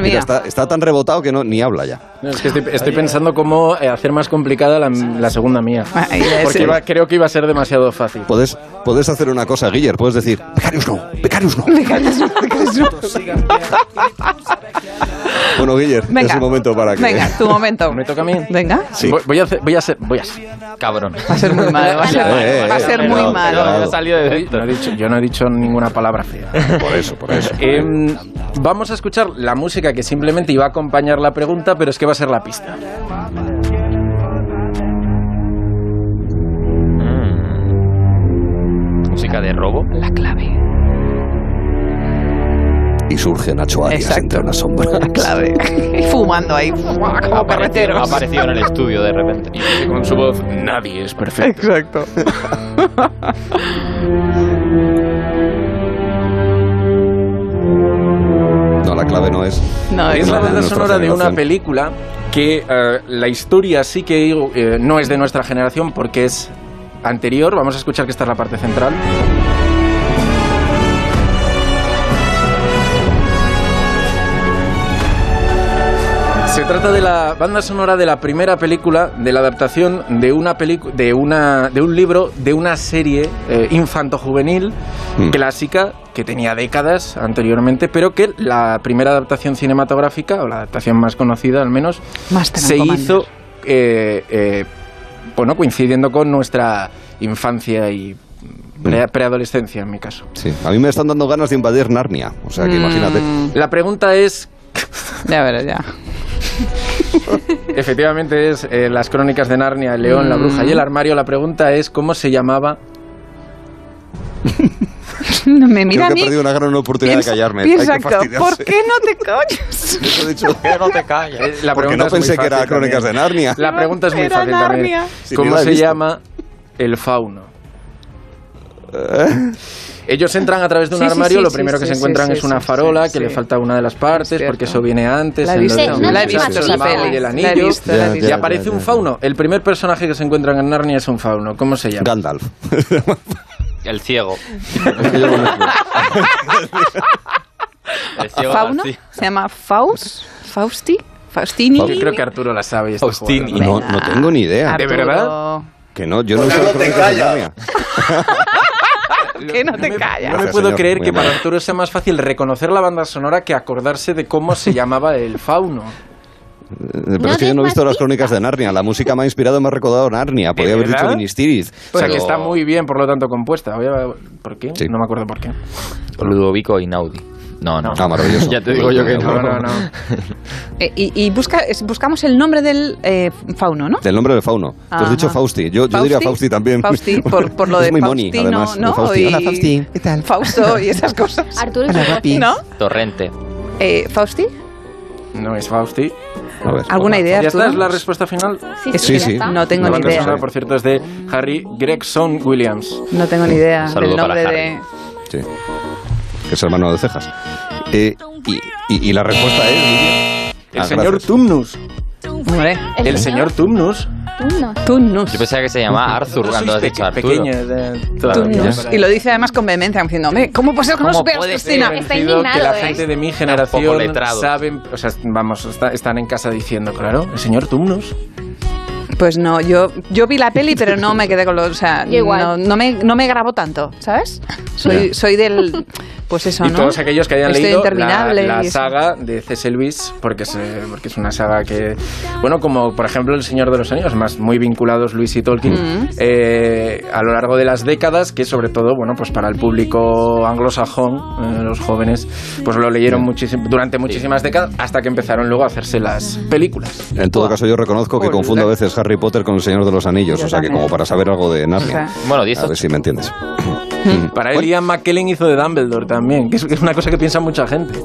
B: Mira,
E: mía.
B: está, está tan rebotado que no, ni habla ya.
F: No, es que estoy, estoy pensando cómo eh, hacer más complicada la, la segunda mía.
E: Ay, Ah, ya
F: Porque
E: sé.
F: iba- creo que iba a ser demasiado fácil.
B: Puedes, puedes hacer una cosa, Guiller. Puedes decir, becarios no, becarios no. Bueno, Guiller,
E: Venga.
B: es un momento para que.
E: Venga, tu momento.
F: ¿Me toca a mí?
E: Venga.
B: Sí.
F: Voy, voy a hacer, voy a ser, voy a ser.
H: Cabrón.
E: Va a ser muy malo. Va a ser,
B: Eh, eh,
E: va a ser
B: eh,
E: muy
B: no,
E: malo.
B: cuidado.
H: Ha salido de
F: Yo no he dicho, yo no he dicho ninguna palabra fea.
B: Por eso, por eso.
F: Em, vamos a escuchar la música que simplemente iba a acompañar la pregunta, pero es que va a ser la pista.
H: Mm. Música de robo.
E: La clave.
B: Y surge Nacho Arias
E: Exacto.
B: entre una sombra.
E: La clave. Y fumando ahí. Como
H: Ha aparecido, ha
E: carreteros.
H: aparecido en el estudio de repente.
F: Con su voz, nadie es perfecto.
E: Exacto.
B: No, la clave no es.
E: No,
F: Ah, Es la
B: de
F: banda
B: nuestra
F: sonora de una
B: generación.
F: película que eh, la historia sí que eh, no es de nuestra generación porque es anterior. Vamos a escuchar que esta es la parte central. Se trata de la banda sonora de la primera película, de la adaptación de una pelicu- de una de un libro, de una serie eh, infanto-juvenil
B: Mm.
F: clásica que tenía décadas anteriormente, pero que la primera adaptación cinematográfica o la adaptación más conocida al menos
E: Más
F: se hizo eh, eh, bueno coincidiendo con nuestra infancia y pre- preadolescencia en mi caso.
B: Sí. A mí me están dando ganas de invadir Narnia. O sea, que
E: Mm,
B: imagínate.
F: La pregunta es
E: Ya verás, ya.
F: Efectivamente es eh, las crónicas de Narnia, el león, la bruja y
E: Mm.
F: el armario. La pregunta es cómo se llamaba.
E: No me
B: Creo que
E: mira a
B: he
E: mí.
B: perdido una gran oportunidad
E: Piensa-
B: de callarme.
E: piensa
B: Hay que
E: exacto. ¿Por
B: fastidiarse.
E: qué no te callas?
B: Eso he dicho.
H: Que no te calles.
F: Eh, La
B: Porque
F: pregunta
B: no
F: es muy
B: pensé que
F: fácil
B: era Crónicas de
F: también.
B: Narnia.
F: La pregunta es muy
E: Era
F: fácil también.
E: Narnia.
B: Sí, ni
F: ¿Cómo
B: la he
F: se
B: visto.
F: llama el fauno?
B: Eh.
F: Ellos entran a través de un
E: Sí, sí,
F: armario,
E: sí,
F: lo
E: sí,
F: primero que
E: sí,
F: se
E: sí,
F: encuentran
E: sí,
F: es una
E: sí,
F: farola
E: sí,
F: que le
E: sí.
F: falta una de las partes
E: cierto.
F: porque eso viene antes.
E: La he
F: en
E: visto,
F: lo de
G: Sí, no la he
F: muchachos,
G: visto en la
F: el
G: peli.
F: mago y el
G: La he
E: La he
F: anillo.
E: visto, la he
C: Ya,
E: visto.
F: Y aparece un fauno. El primer personaje que se encuentran en Narnia es un fauno. ¿Cómo se llama?
B: Gandalf.
H: El ciego. El ciego
E: ¿Fauno?
H: García.
E: ¿Se llama Faust? ¿Fausti? ¿Faustini?
F: Yo creo que Arturo la sabe. y está
H: Faustini.
F: jugando.
B: No, no tengo ni idea.
F: ¿De
E: Arturo,
F: verdad?
B: Que no,
F: Pues
B: yo no sé Crónicas de Narnia.
E: Que no te
F: No
E: callas.
F: me
B: Gracias,
F: puedo
B: señor.
F: creer
B: Muy
F: que para
B: amable.
F: Arturo sea más fácil reconocer la banda sonora que acordarse de cómo se llamaba el fauno.
B: Eh, Pero es que yo no he visto las crónicas de Narnia. La música me ha inspirado, me ha recordado Narnia. Podría haber
F: verdad?
B: dicho Vinistiriz.
F: O sea,
H: Pero-
F: que está muy bien, por lo tanto, compuesta. Voy a- ¿Por qué?
B: Sí.
F: No me acuerdo por qué.
H: Ludovico Inaudi. No, no.
B: Ah, maravilloso.
H: Ya te digo yo que no.
F: No, no, no.
E: Eh, y y busca, es- buscamos el nombre del eh, fauno, ¿no?
B: Del nombre del fauno. Tú has
E: Ajá.
B: dicho Fausti. Yo, yo diría Fausti también.
E: Fausti, por, por lo de
B: es muy
E: Fausti,
B: money, además.
E: ¿no?
B: de
E: ¿no?
B: Fausti.
E: Y-
B: Hola,
C: Fausti, ¿qué tal?
E: Fausto y esas cosas.
G: Arturo y
C: Hola,
G: su
C: papi.
E: ¿No?
H: Torrente.
E: Eh, ¿Fausti?
F: No es Fausti.
B: A ver,
E: ¿Alguna
B: hola.
E: idea,
F: ¿Y esta
E: ¿Eh, Arturo?
F: es la respuesta final?
G: Sí,
E: Es
G: sí,
E: que
B: Sí, sí.
E: No tengo
F: la
E: ni
F: banda
E: idea.
F: sonora, por cierto, es de Harry Gregson Williams.
E: No tengo ni idea
H: Saludo
E: del
H: para
E: nombre
H: Harry.
E: de...
B: Sí. Que es hermano de cejas. Eh, y, y- y la respuesta es.
F: El
B: Ah,
F: señor
B: gracias.
F: Tumnus.
E: Hombre,
F: El, señor Tumnus.
G: Turno.
E: tú no.
H: Yo pensaba que se llamaba Arthur cuando has
F: Sois
H: dicho
F: peque-
H: Arturo.
F: pequeños, eh,
H: Claro,
E: Tú
F: todavía.
E: no.
H: ya.
E: Y lo dice además con vehemencia, diciendo, hombre, ¿cómo puede ser que no
H: ¿Cómo
E: supieras,
H: puede ser?
E: Cristina?
G: Está
F: Estoy convencido que
G: indignado,
F: la
G: ¿eh?
F: gente de mi
H: Tampoco
F: generación
H: letrado.
F: saben, o sea, vamos, está- están en casa diciendo, claro, el señor Tumnus.
E: Pues no, yo, yo vi la peli, pero no me quedé con los. O sea,
G: Yo igual.
E: No, no me, no me grabó tanto, ¿sabes? Soy, soy del. Pues eso,
F: y
E: ¿no?
F: todos aquellos que hayan
E: Esto
F: leído la,
E: interminable
F: la
E: y eso.
F: saga de C.S. Lewis, porque es, eh, porque es una saga que, bueno, como por ejemplo El Señor de los Anillos, más muy vinculados Luis y Tolkien,
E: Mm.
F: eh, a lo largo de las décadas, que sobre todo, bueno, pues para el público anglosajón, eh, los jóvenes, pues lo leyeron muchísimo, durante muchísimas décadas, hasta que empezaron luego a hacerse las películas.
B: En todo caso, yo reconozco que confundo a veces Harry Potter con El Señor de los Anillos, o sea que como para saber algo de Narnia.
F: Sí. Bueno, diez,
B: A ver si me entiendes.
F: Para él, Ian McKellen hizo de Dumbledore también, que es que es una cosa que piensa mucha gente.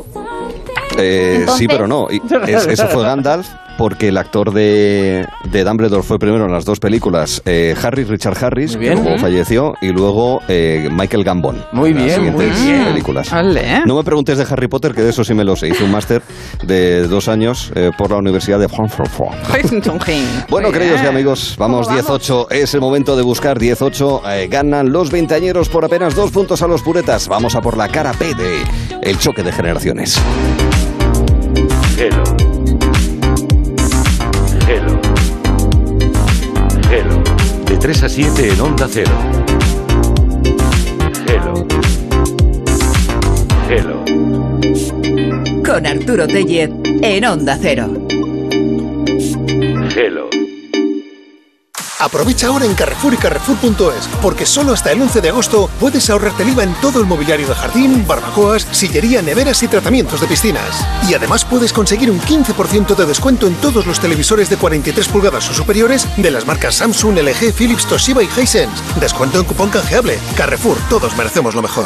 B: Eh,
F: Entonces-
B: sí, pero no. Y es- eso fue Gandalf, porque el actor de, de Dumbledore fue primero en las dos películas eh, Harry Richard Harris,
F: Muy bien.
B: que luego
F: Ujú.
B: falleció, y luego eh, Michael Gambon.
F: Muy
B: en las
F: bien, muy
B: siguientes
F: bien.
B: películas.
E: Ole. ¿eh?
B: No me preguntes de Harry Potter, que de eso sí me lo sé. Hice un máster de dos años eh, por la Universidad de Frankfurt. Bueno, queridos y amigos, vamos 10-8. Es el momento de buscar 10-8. Eh, ganan los veinteañeros por apenas dos puntos a los puretas. Vamos a por la cara P de El Choque de Generaciones.
L: Hello. Hello. Hello. De 3 a 7 en Onda Cero. Hello. Hello.
A: Con Arturo Tellez en Onda Cero.
L: Hello.
M: Aprovecha ahora en Carrefour y Carrefour.es, porque solo hasta el 11 de agosto puedes ahorrarte el IVA en todo el mobiliario de jardín, barbacoas, sillería, neveras y tratamientos de piscinas. Y además puedes conseguir un 15% de descuento en todos los televisores de 43 pulgadas o superiores de las marcas Samsung, LG, Philips, Toshiba y Hisense. Descuento en cupón canjeable. Carrefour, todos merecemos lo mejor.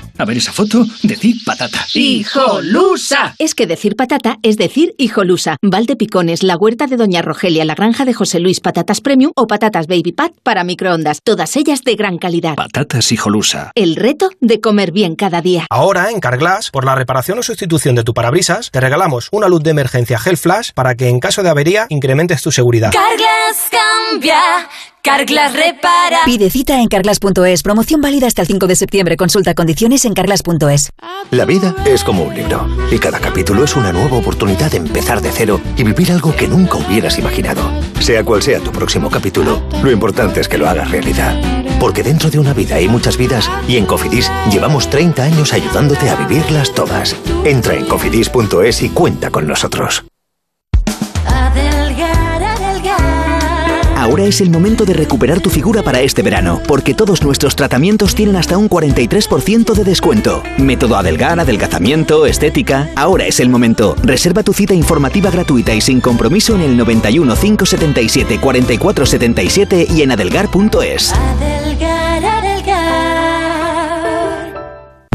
N: A ver esa foto, de ti, patata.
O: ¡Hijolusa! Es que decir patata es decir hijolusa. Valde Picones, la huerta de Doña Rogelia, la granja de José Luis, patatas premium o patatas baby pat para microondas. Todas ellas de gran calidad.
N: Patatas hijolusa.
O: El reto de comer bien cada día.
P: Ahora, en Carglass, por la reparación o sustitución de tu parabrisas, te regalamos una luz de emergencia Hell Flash para que en caso de avería incrementes tu seguridad.
J: Carglas cambia, Carglas repara.
Q: Pide cita en carglass.es. Promoción válida hasta el 5 de septiembre. Consulta condiciones en carglass.es.
R: La vida es como un libro y cada capítulo es una nueva oportunidad de empezar de cero y vivir algo que nunca hubieras imaginado. Sea cual sea tu próximo capítulo, lo importante es que lo hagas realidad. Porque dentro de una vida hay muchas vidas y en Cofidis llevamos 30 años ayudándote a vivirlas todas. Entra en cofidis.es y cuenta con nosotros.
J: Adelgar, adelgar.
S: Ahora es el momento de recuperar tu figura para este verano, porque todos nuestros tratamientos tienen hasta un 43% de descuento. Método adelgar, adelgazamiento, estética. Ahora es el momento. Reserva tu cita informativa gratuita y sin compromiso en el 91 577 44 77 y en adelgar.es.
J: Adelgar, adelgar.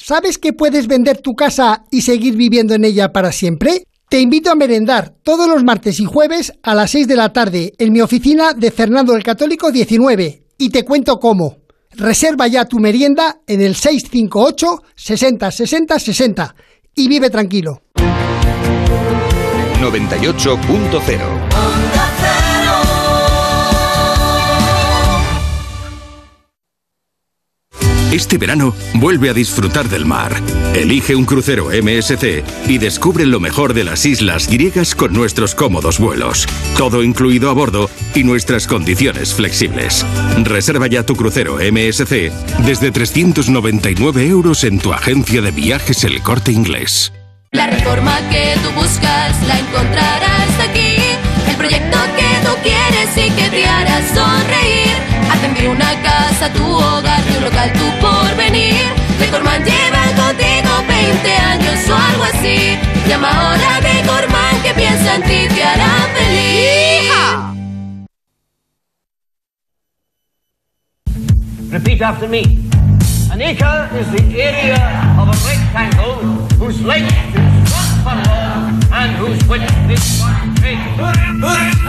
T: ¿Sabes que puedes vender tu casa y seguir viviendo en ella para siempre? Te invito a merendar todos los martes y jueves a las 6 de la tarde en mi oficina de Fernando el Católico 19 y te cuento cómo. Reserva ya tu merienda en el 658 60 60 60 y vive tranquilo.
U: 98.0
V: Este verano vuelve a disfrutar del mar. Elige un crucero MSC y descubre lo mejor de las islas griegas con nuestros cómodos vuelos. Todo incluido a bordo y nuestras condiciones flexibles. Reserva ya tu crucero MSC desde 399 euros en tu agencia de viajes El Corte Inglés.
J: La reforma que tú buscas la encontrarás aquí. El proyecto que tú quieres y que te hará sonreír. Hacen de una casa tu hogar y un local tu porvenir. Decorman lleva contigo 20 años o algo así. Llama ahora a Decorman que piensa en ti te hará feliz.
W: Repeat after me.
C: An acre is the area of a rectangle whose length is one furlong and whose width is one cubit.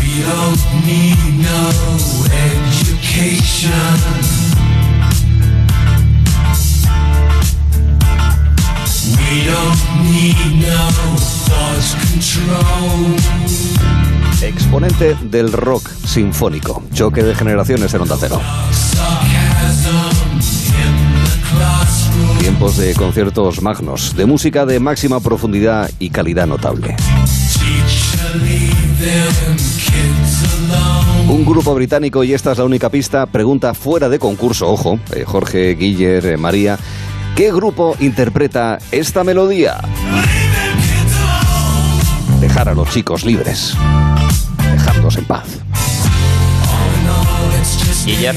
D: We don't need no education. We don't need no thought control.
B: Exponente del rock sinfónico. Choque de generaciones en Onda Cero.
D: Sarcasm in the classroom.
B: Tiempos de conciertos magnos, de música de máxima profundidad y calidad notable.
D: Teacher, leave them kids alone.
B: Un grupo británico, y esta es la única pista, pregunta fuera de concurso, ojo, eh, Jorge, Guiller, eh, María, ¿qué grupo interpreta esta melodía? Dejar a los chicos libres, dejarlos en paz.
H: Guillar.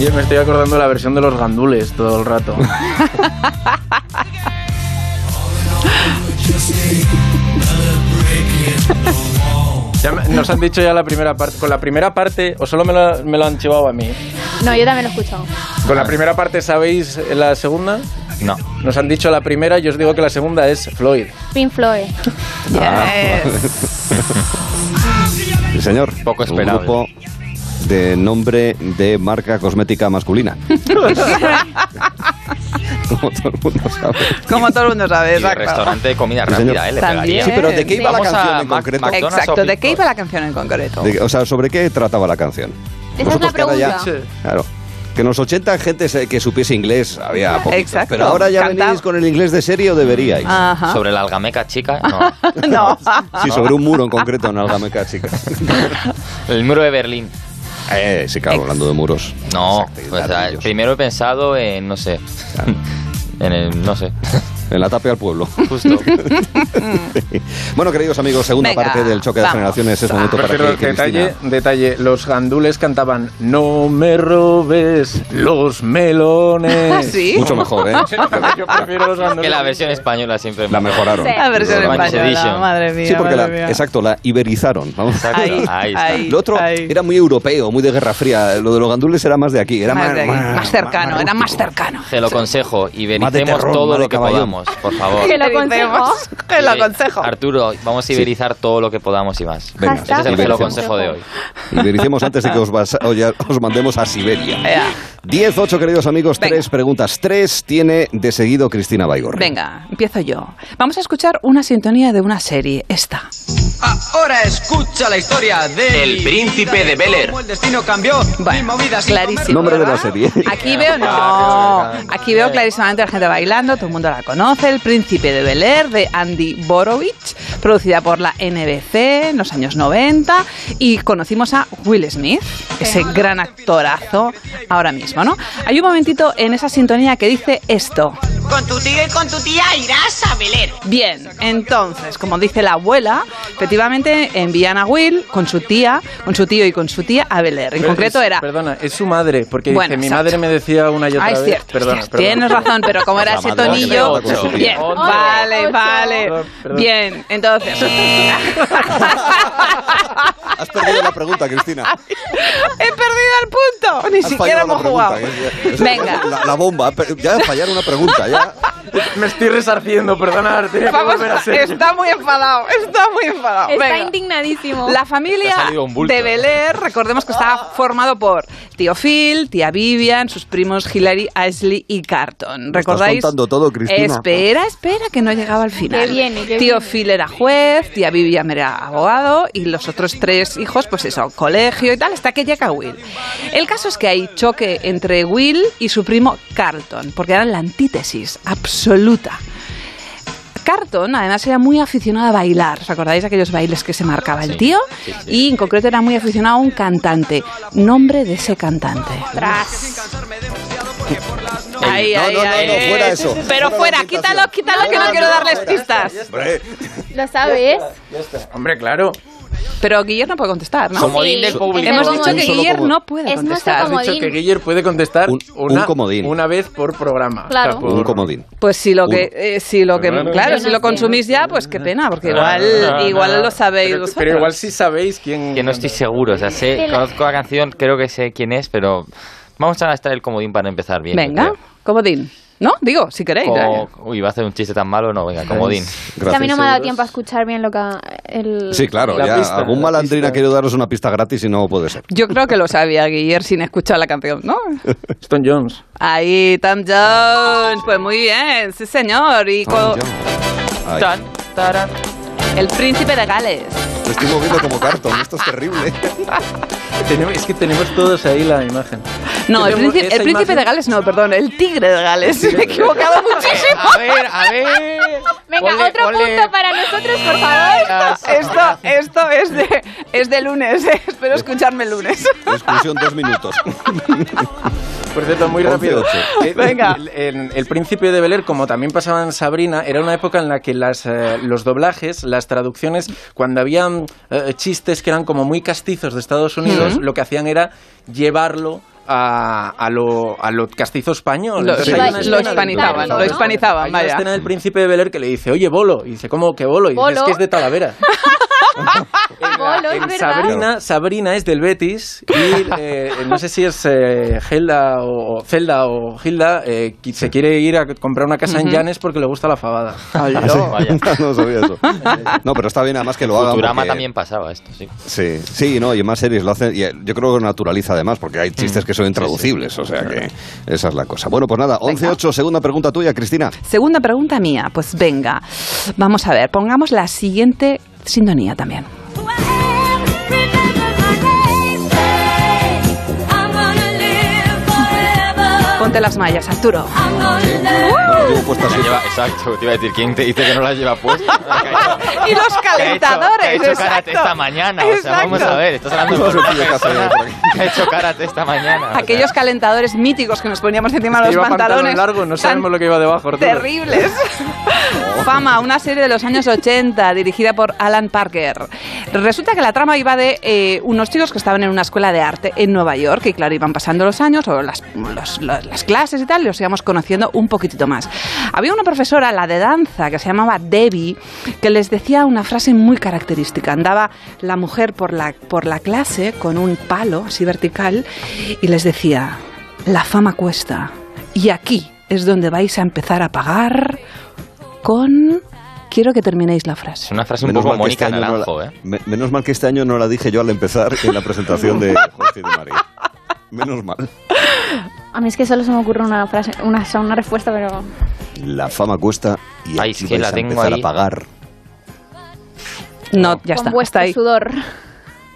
F: Yo me estoy acordando de la versión de los gandules todo el rato. Ya me- nos han dicho ya la primera parte. Con la primera parte, o solo me lo, me lo han chivado a mí.
G: No, yo también lo he escuchado.
F: Con la primera parte, ¿sabéis la segunda?
H: No.
F: Nos han dicho la primera, yo os digo que la segunda es Floyd.
G: Pink Floyd.
B: Ah, Sí, señor.
H: Poco
B: esperado. Un grupo de nombre de marca cosmética masculina. Como todo el mundo sabe.
E: Como todo el mundo sabe,
H: Y de restaurante de comida
B: Sí,
E: Pues
B: señor.
H: rápida, ¿eh? Le pegaría.
E: Sí, pero ¿de
B: qué iba la
H: Vamos
B: canción
H: a
B: en
H: Mac-
B: concreto?
H: McDonald's o
E: Exacto, ¿de
H: Pizza.
E: qué iba la canción en concreto?
B: De- o sea, ¿sobre qué trataba la canción?
E: Esa es
B: Vosotros
E: la
B: que ahora ya-
E: pregunta.
B: claro. Que en los 80 gente se- que supiese inglés había poquito,
E: Exacto.
B: Pero ahora ya
E: Cantaba.
B: venís con el inglés de serie o deberíais.
E: Ajá.
H: Sobre la algameca chica, no.
E: no.
B: Sí, sobre un muro en concreto en Algameca, chicas.
H: El muro de Berlín.
B: Eh, sí, claro, hablando de muros.
H: No, pues, ah, o sea, primero he pensado en, no sé, en el, no sé.
B: En la tapia al pueblo.
H: Justo.
B: bueno, queridos amigos, segunda
F: Venga,
B: parte del choque de
F: vamos.
B: generaciones es momento para
F: Pero
B: que, que
F: detalle,
B: Cristina-
F: detalle, los gandules cantaban No me robes los melones.
E: ¿Sí?
B: Mucho mejor, ¿eh?
F: Yo prefiero los
H: que la versión española siempre
B: La mejoraron.
E: Sí. La versión
H: Romantic
E: española, madre mía,
B: Sí, porque la,
E: madre mía.
B: exacto, la iberizaron. Vamos.
H: Exacto. Ahí, Ahí está. ahí,
B: lo otro
E: ahí.
B: era muy europeo, muy de guerra fría. Lo de los gandules era más de aquí. Era
E: Más
B: más,
E: de ahí,
B: más-
E: más cercano, ¿eh? era más cercano.
H: Te lo aconsejo, y
B: Más de
H: vericemos
B: terror,
H: todo
B: más de
H: lo que
B: caballón.
H: podamos, por favor.
E: Te aconsejo. Te lo aconsejo.
H: Arturo, vamos a iberizar todo lo que podamos y más.
B: Venga,
H: Este es el que lo
B: Hashtag ibericemos.
H: consejo de hoy.
B: Ibericemos antes de que os, vas- o ya- os mandemos a Siberia. 10, 8, queridos amigos, tres preguntas. Tres tiene de seguido Cristina Baigorri.
E: Venga, empiezo yo. Vamos a escuchar una sintonía de una serie, esta.
I: Ahora escucha la historia del príncipe de Bel Air. el destino cambió.
E: Clarísimo.
B: Nombre de la serie.
E: Aquí veo, no, aquí veo clarísimamente a la gente bailando, todo el mundo la conoce, El Príncipe de Bel Air de Andy Borowitz, producida por la NBC en los años 90 y conocimos a Will Smith, ese gran actorazo ahora mismo, ¿no? Hay un momentito en esa sintonía que dice esto.
K: Con tu tío y con tu tía irás a Beler.
E: Bien, entonces, como dice la abuela, efectivamente envían a Will con su tía, con su tío y con su tía a Bel Air. En
F: Pero
E: concreto
F: es-
E: era
F: Perdona, es su madre, porque
E: Bueno,
F: dice, mi
E: exacto.
F: madre me decía una y otra
E: Ah, es
F: vez.
E: cierto, es
F: perdona,
E: cierto.
F: perdona,
E: Tienes
F: perdona.
E: razón, pero como era
F: La
E: ese
F: madre que le
E: tonillo.
F: habla con su tía.
E: Bien,
F: Ocho.
E: vale,
F: Ocho.
E: vale.
F: Perdón, perdón.
E: Bien, entonces.
B: Has perdido la pregunta, Cristina.
E: He perdido el punto. Ni
B: Has
E: siquiera
B: fallado
E: hemos
B: la
E: jugado.
B: pregunta, que es-
E: Venga.
B: La, la bomba. pero Ya fallar una pregunta. Ya.
F: Me estoy resarciendo, perdonad, tenía que
E: Vamos,
F: volver a ser.
E: está muy enfadado, está muy enfadado.
G: Está
E: Venga.
G: indignadísimo.
E: La
F: Te
E: familia
F: ha salido un bulto.
E: de Bel Air, recordemos que estaba formado por tío Phil, tía Vivian, sus primos Hillary, Ashley y Carton.
B: Lo estás
E: ¿Recordáis?
B: contando todo, Cristina.
E: Espera, espera, que no llegaba al final.
G: Que viene, que
E: tío
G: viene.
E: Phil era juez, tía Vivian era abogado y los otros tres hijos, pues eso, colegio y tal, hasta que llega Will. El caso es que hay choque entre Will y su primo Carlton, porque eran la antítesis absoluta. Carton, además, era muy aficionado a bailar. ¿Os acordáis de aquellos bailes que se marcaba el tío? Y en concreto era muy aficionado a un cantante. Nombre de ese cantante.
G: Tras.
E: Ahí,
B: no,
E: ahí,
B: no, no,
E: ahí.
B: no, fuera eso.
E: Pero fuera, quítalo, quítalo, que no quiero darles pistas.
B: Hombre,
G: ¿Lo sabes?
F: Hombre, claro.
E: Pero Guiller no puede contestar, ¿no?
F: Comodín del Sí, público.
E: Hemos
F: es
E: dicho
F: un
E: que
F: solo
E: Guiller
F: comodín.
E: no puede
G: Es nuestro
E: contestar.
F: Has dicho que Guiller puede contestar una, una vez por programa.
E: Claro.
F: O sea, por-
B: un comodín.
E: Pues si lo que, eh, si lo que,
F: Claro.
E: claro, si lo consumís ya, pues qué pena, porque igual,
H: no, no,
E: igual
H: no.
E: lo sabéis
H: Pero-
E: vosotros.
H: pero igual
F: sí sabéis quién.
H: Que no estoy seguro, o sea, sé,
E: Que la-
H: conozco la canción, creo que sé quién es, pero vamos a gastar el comodín para empezar bien. yo
E: Venga, comodín. ¿No? Digo, si queréis.
H: creo.
E: ¿eh?
H: O- uy, va a hacer un chiste tan malo, no, venga, comodín.
G: Es que a mí no me ha dado tiempo a escuchar bien lo que... ha- El...
B: Sí, claro,
H: La
B: ya
H: pista,
B: algún
H: la
B: malandrín ha querido daros una pista gratis y no puede ser.
E: Yo creo que lo sabía Guiller sin escuchar la canción, ¿no?
F: Stone Jones.
E: Ahí, Tom Jones. Pues muy bien, sí señor. Y co-
B: Ah, Ay,
E: Tan, taran. El príncipe de Gales.
B: me estoy moviendo como cartón, esto es terrible.
F: Tenemos- es que tenemos todos ahí la imagen.
E: No, el,
F: Tenemos
E: príncipe,
F: esa
E: el príncipe
F: imagen.
E: de Gales, no, perdón, el tigre de Gales. Me he equivocado muchísimo.
F: A ver, a ver.
G: Venga,
E: Ponle-
G: otro
E: ponle-
G: punto para nosotros, por favor.
E: Esto, esto es, de, es de lunes, eh. espero escucharme el lunes.
B: Exclusión dos minutos.
F: Por cierto, muy rápido.
B: 11-8.
F: Eh, El, en el príncipe de Bel Air, como también pasaba en Sabrina, era una época en la que las, eh, los doblajes, las traducciones, cuando habían eh, chistes que eran como muy castizos de Estados Unidos,
E: Ujú.
F: lo que hacían era llevarlo. A, a lo, a lo castizo español.
E: Lo-
F: Entonces,
E: lo-
F: hay una
E: lo
F: escena del-
E: hispanizaban, lo
F: ¿no?
E: hispanizaban,
F: Hay una
E: vaya.
F: escena del príncipe de Bel Air que le dice, oye, bolo. Y dice, ¿cómo que bolo? Y dice, es
G: Bolo.
F: que es de Talavera.
G: Bolo, es verdad.
F: Sabrina, Sabrina es del Betis y eh, no sé si es eh, Helda o o Zelda o Hilda eh, qui- se quiere ir a comprar una casa en
B: Ujú.
F: Llanes porque le gusta la fabada.
B: Ah, sí. No sabía eso. No, pero está bien además que lo hagan.
H: Futurama
B: porque-
H: también pasaba esto, sí.
B: Sí, sí, no, y en más series lo hacen. Y eh, yo creo que lo naturaliza además, porque hay chistes
H: Mm.
B: que son intraducibles, o sea que esa es la cosa. Bueno, pues nada, 11-8, segunda pregunta tuya, Cristina.
E: Segunda pregunta mía, pues venga, vamos a ver, pongamos la siguiente sintonía también. Ponte las mallas, Arturo.
H: Puesta lleva, exacto, te iba a decir, ¿quién te dice que no la lleva puesta?
E: y los
H: Que ha
E: calentadores,
H: hecho karate esta
E: exacto.
H: mañana, o sea, vamos
E: Exacto.
H: a ver, estás hablando de una persona que ha hecho karate esta mañana. o sea.
E: Aquellos calentadores míticos que nos poníamos encima de los
F: Lleva pantalón
E: pantalones.
F: largo, no sabemos lo que iba debajo. Arturo.
E: Terribles. Fama, una serie de los años 80 dirigida por Alan Parker. Resulta que la trama iba de eh, unos chicos que estaban en una escuela de arte en Nueva York y claro, iban pasando los años o las, los- los- las clases y tal, y los íbamos conociendo un poquitito más. Había una profesora, la de danza, que se llamaba Debbie, que les decía una frase muy característica. Andaba la mujer por la, por la clase con un palo así vertical y les decía, la fama cuesta. Y aquí es donde vais a empezar a pagar con... Quiero que terminéis la frase.
H: Es una frase un poco
B: mal que este
H: Mónica
B: año no la-
H: Naranjo, ¿eh?
B: me- menos mal que este año no la dije yo al empezar en la presentación de Jorge y de María. Menos mal.
G: A mí es que solo se me ocurre una frase, una, una respuesta, pero...
B: La fama cuesta y
H: Ay,
B: aquí
H: es que
B: vais
H: la
B: a
H: tengo
B: empezar
H: ahí.
B: a pagar.
E: No, ya está.
G: Con vuestro sudor.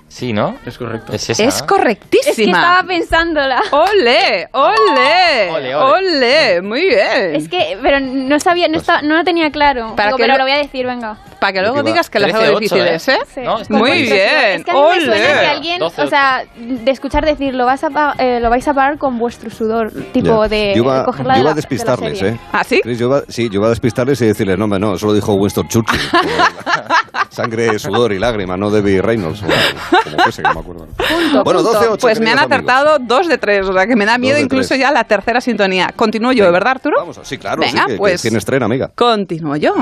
H: Sí, ¿no?
F: Es correcto.
H: Es esa. ¿no?
E: correctísima.
G: Es que estaba pensándola.
E: ¡Ole! ¡Ole!
H: Ole, ole.
E: ¡Ole! Muy bien.
G: Es que, pero no sabía,
B: Pues
G: no, estaba- no lo tenía claro.
E: Para
G: Digo,
E: que
G: pero
E: lo-
G: lo voy a decir, venga.
E: Para que luego
H: Aquí va.
E: digas que las hago
H: 13-8,
E: difíciles, ¿eh?
H: ¿eh? Sí. No, está
E: Muy
H: correctísimo.
E: bien.
G: Es que a mí me
E: ¡Ole!
G: suena que alguien,
H: 12,
G: o sea, de escuchar decir, lo, vas a pa- eh, lo vais a pagar con vuestro sudor, tipo
B: Ya.
G: de
B: yo iba,
G: cogerla
B: yo
G: de
B: iba
G: la-
B: a despistarles,
G: de la
B: ¿eh?
G: serie.
E: ¿Ah, sí?
B: Chris, yo iba- sí, yo iba a despistarles y decirles, no, hombre, no, eso lo dijo Winston Churchill. Sangre, sudor y lágrima, no Debbie Reynolds. o Como fuese, que no me acuerdo.
E: Punto,
B: Bueno,
E: punto.
B: 12-8,
E: Pues me han
B: queridos
E: acertado dos de tres, o sea que me da miedo
B: de
E: incluso
B: tres.
E: ya la tercera sintonía. Continúo yo, ¿eh, ¿verdad, Arturo?
B: Vamos, sí, claro,
E: Venga,
B: sí, que- que
E: pues.
B: tienes tren, amiga.
E: Continúo yo.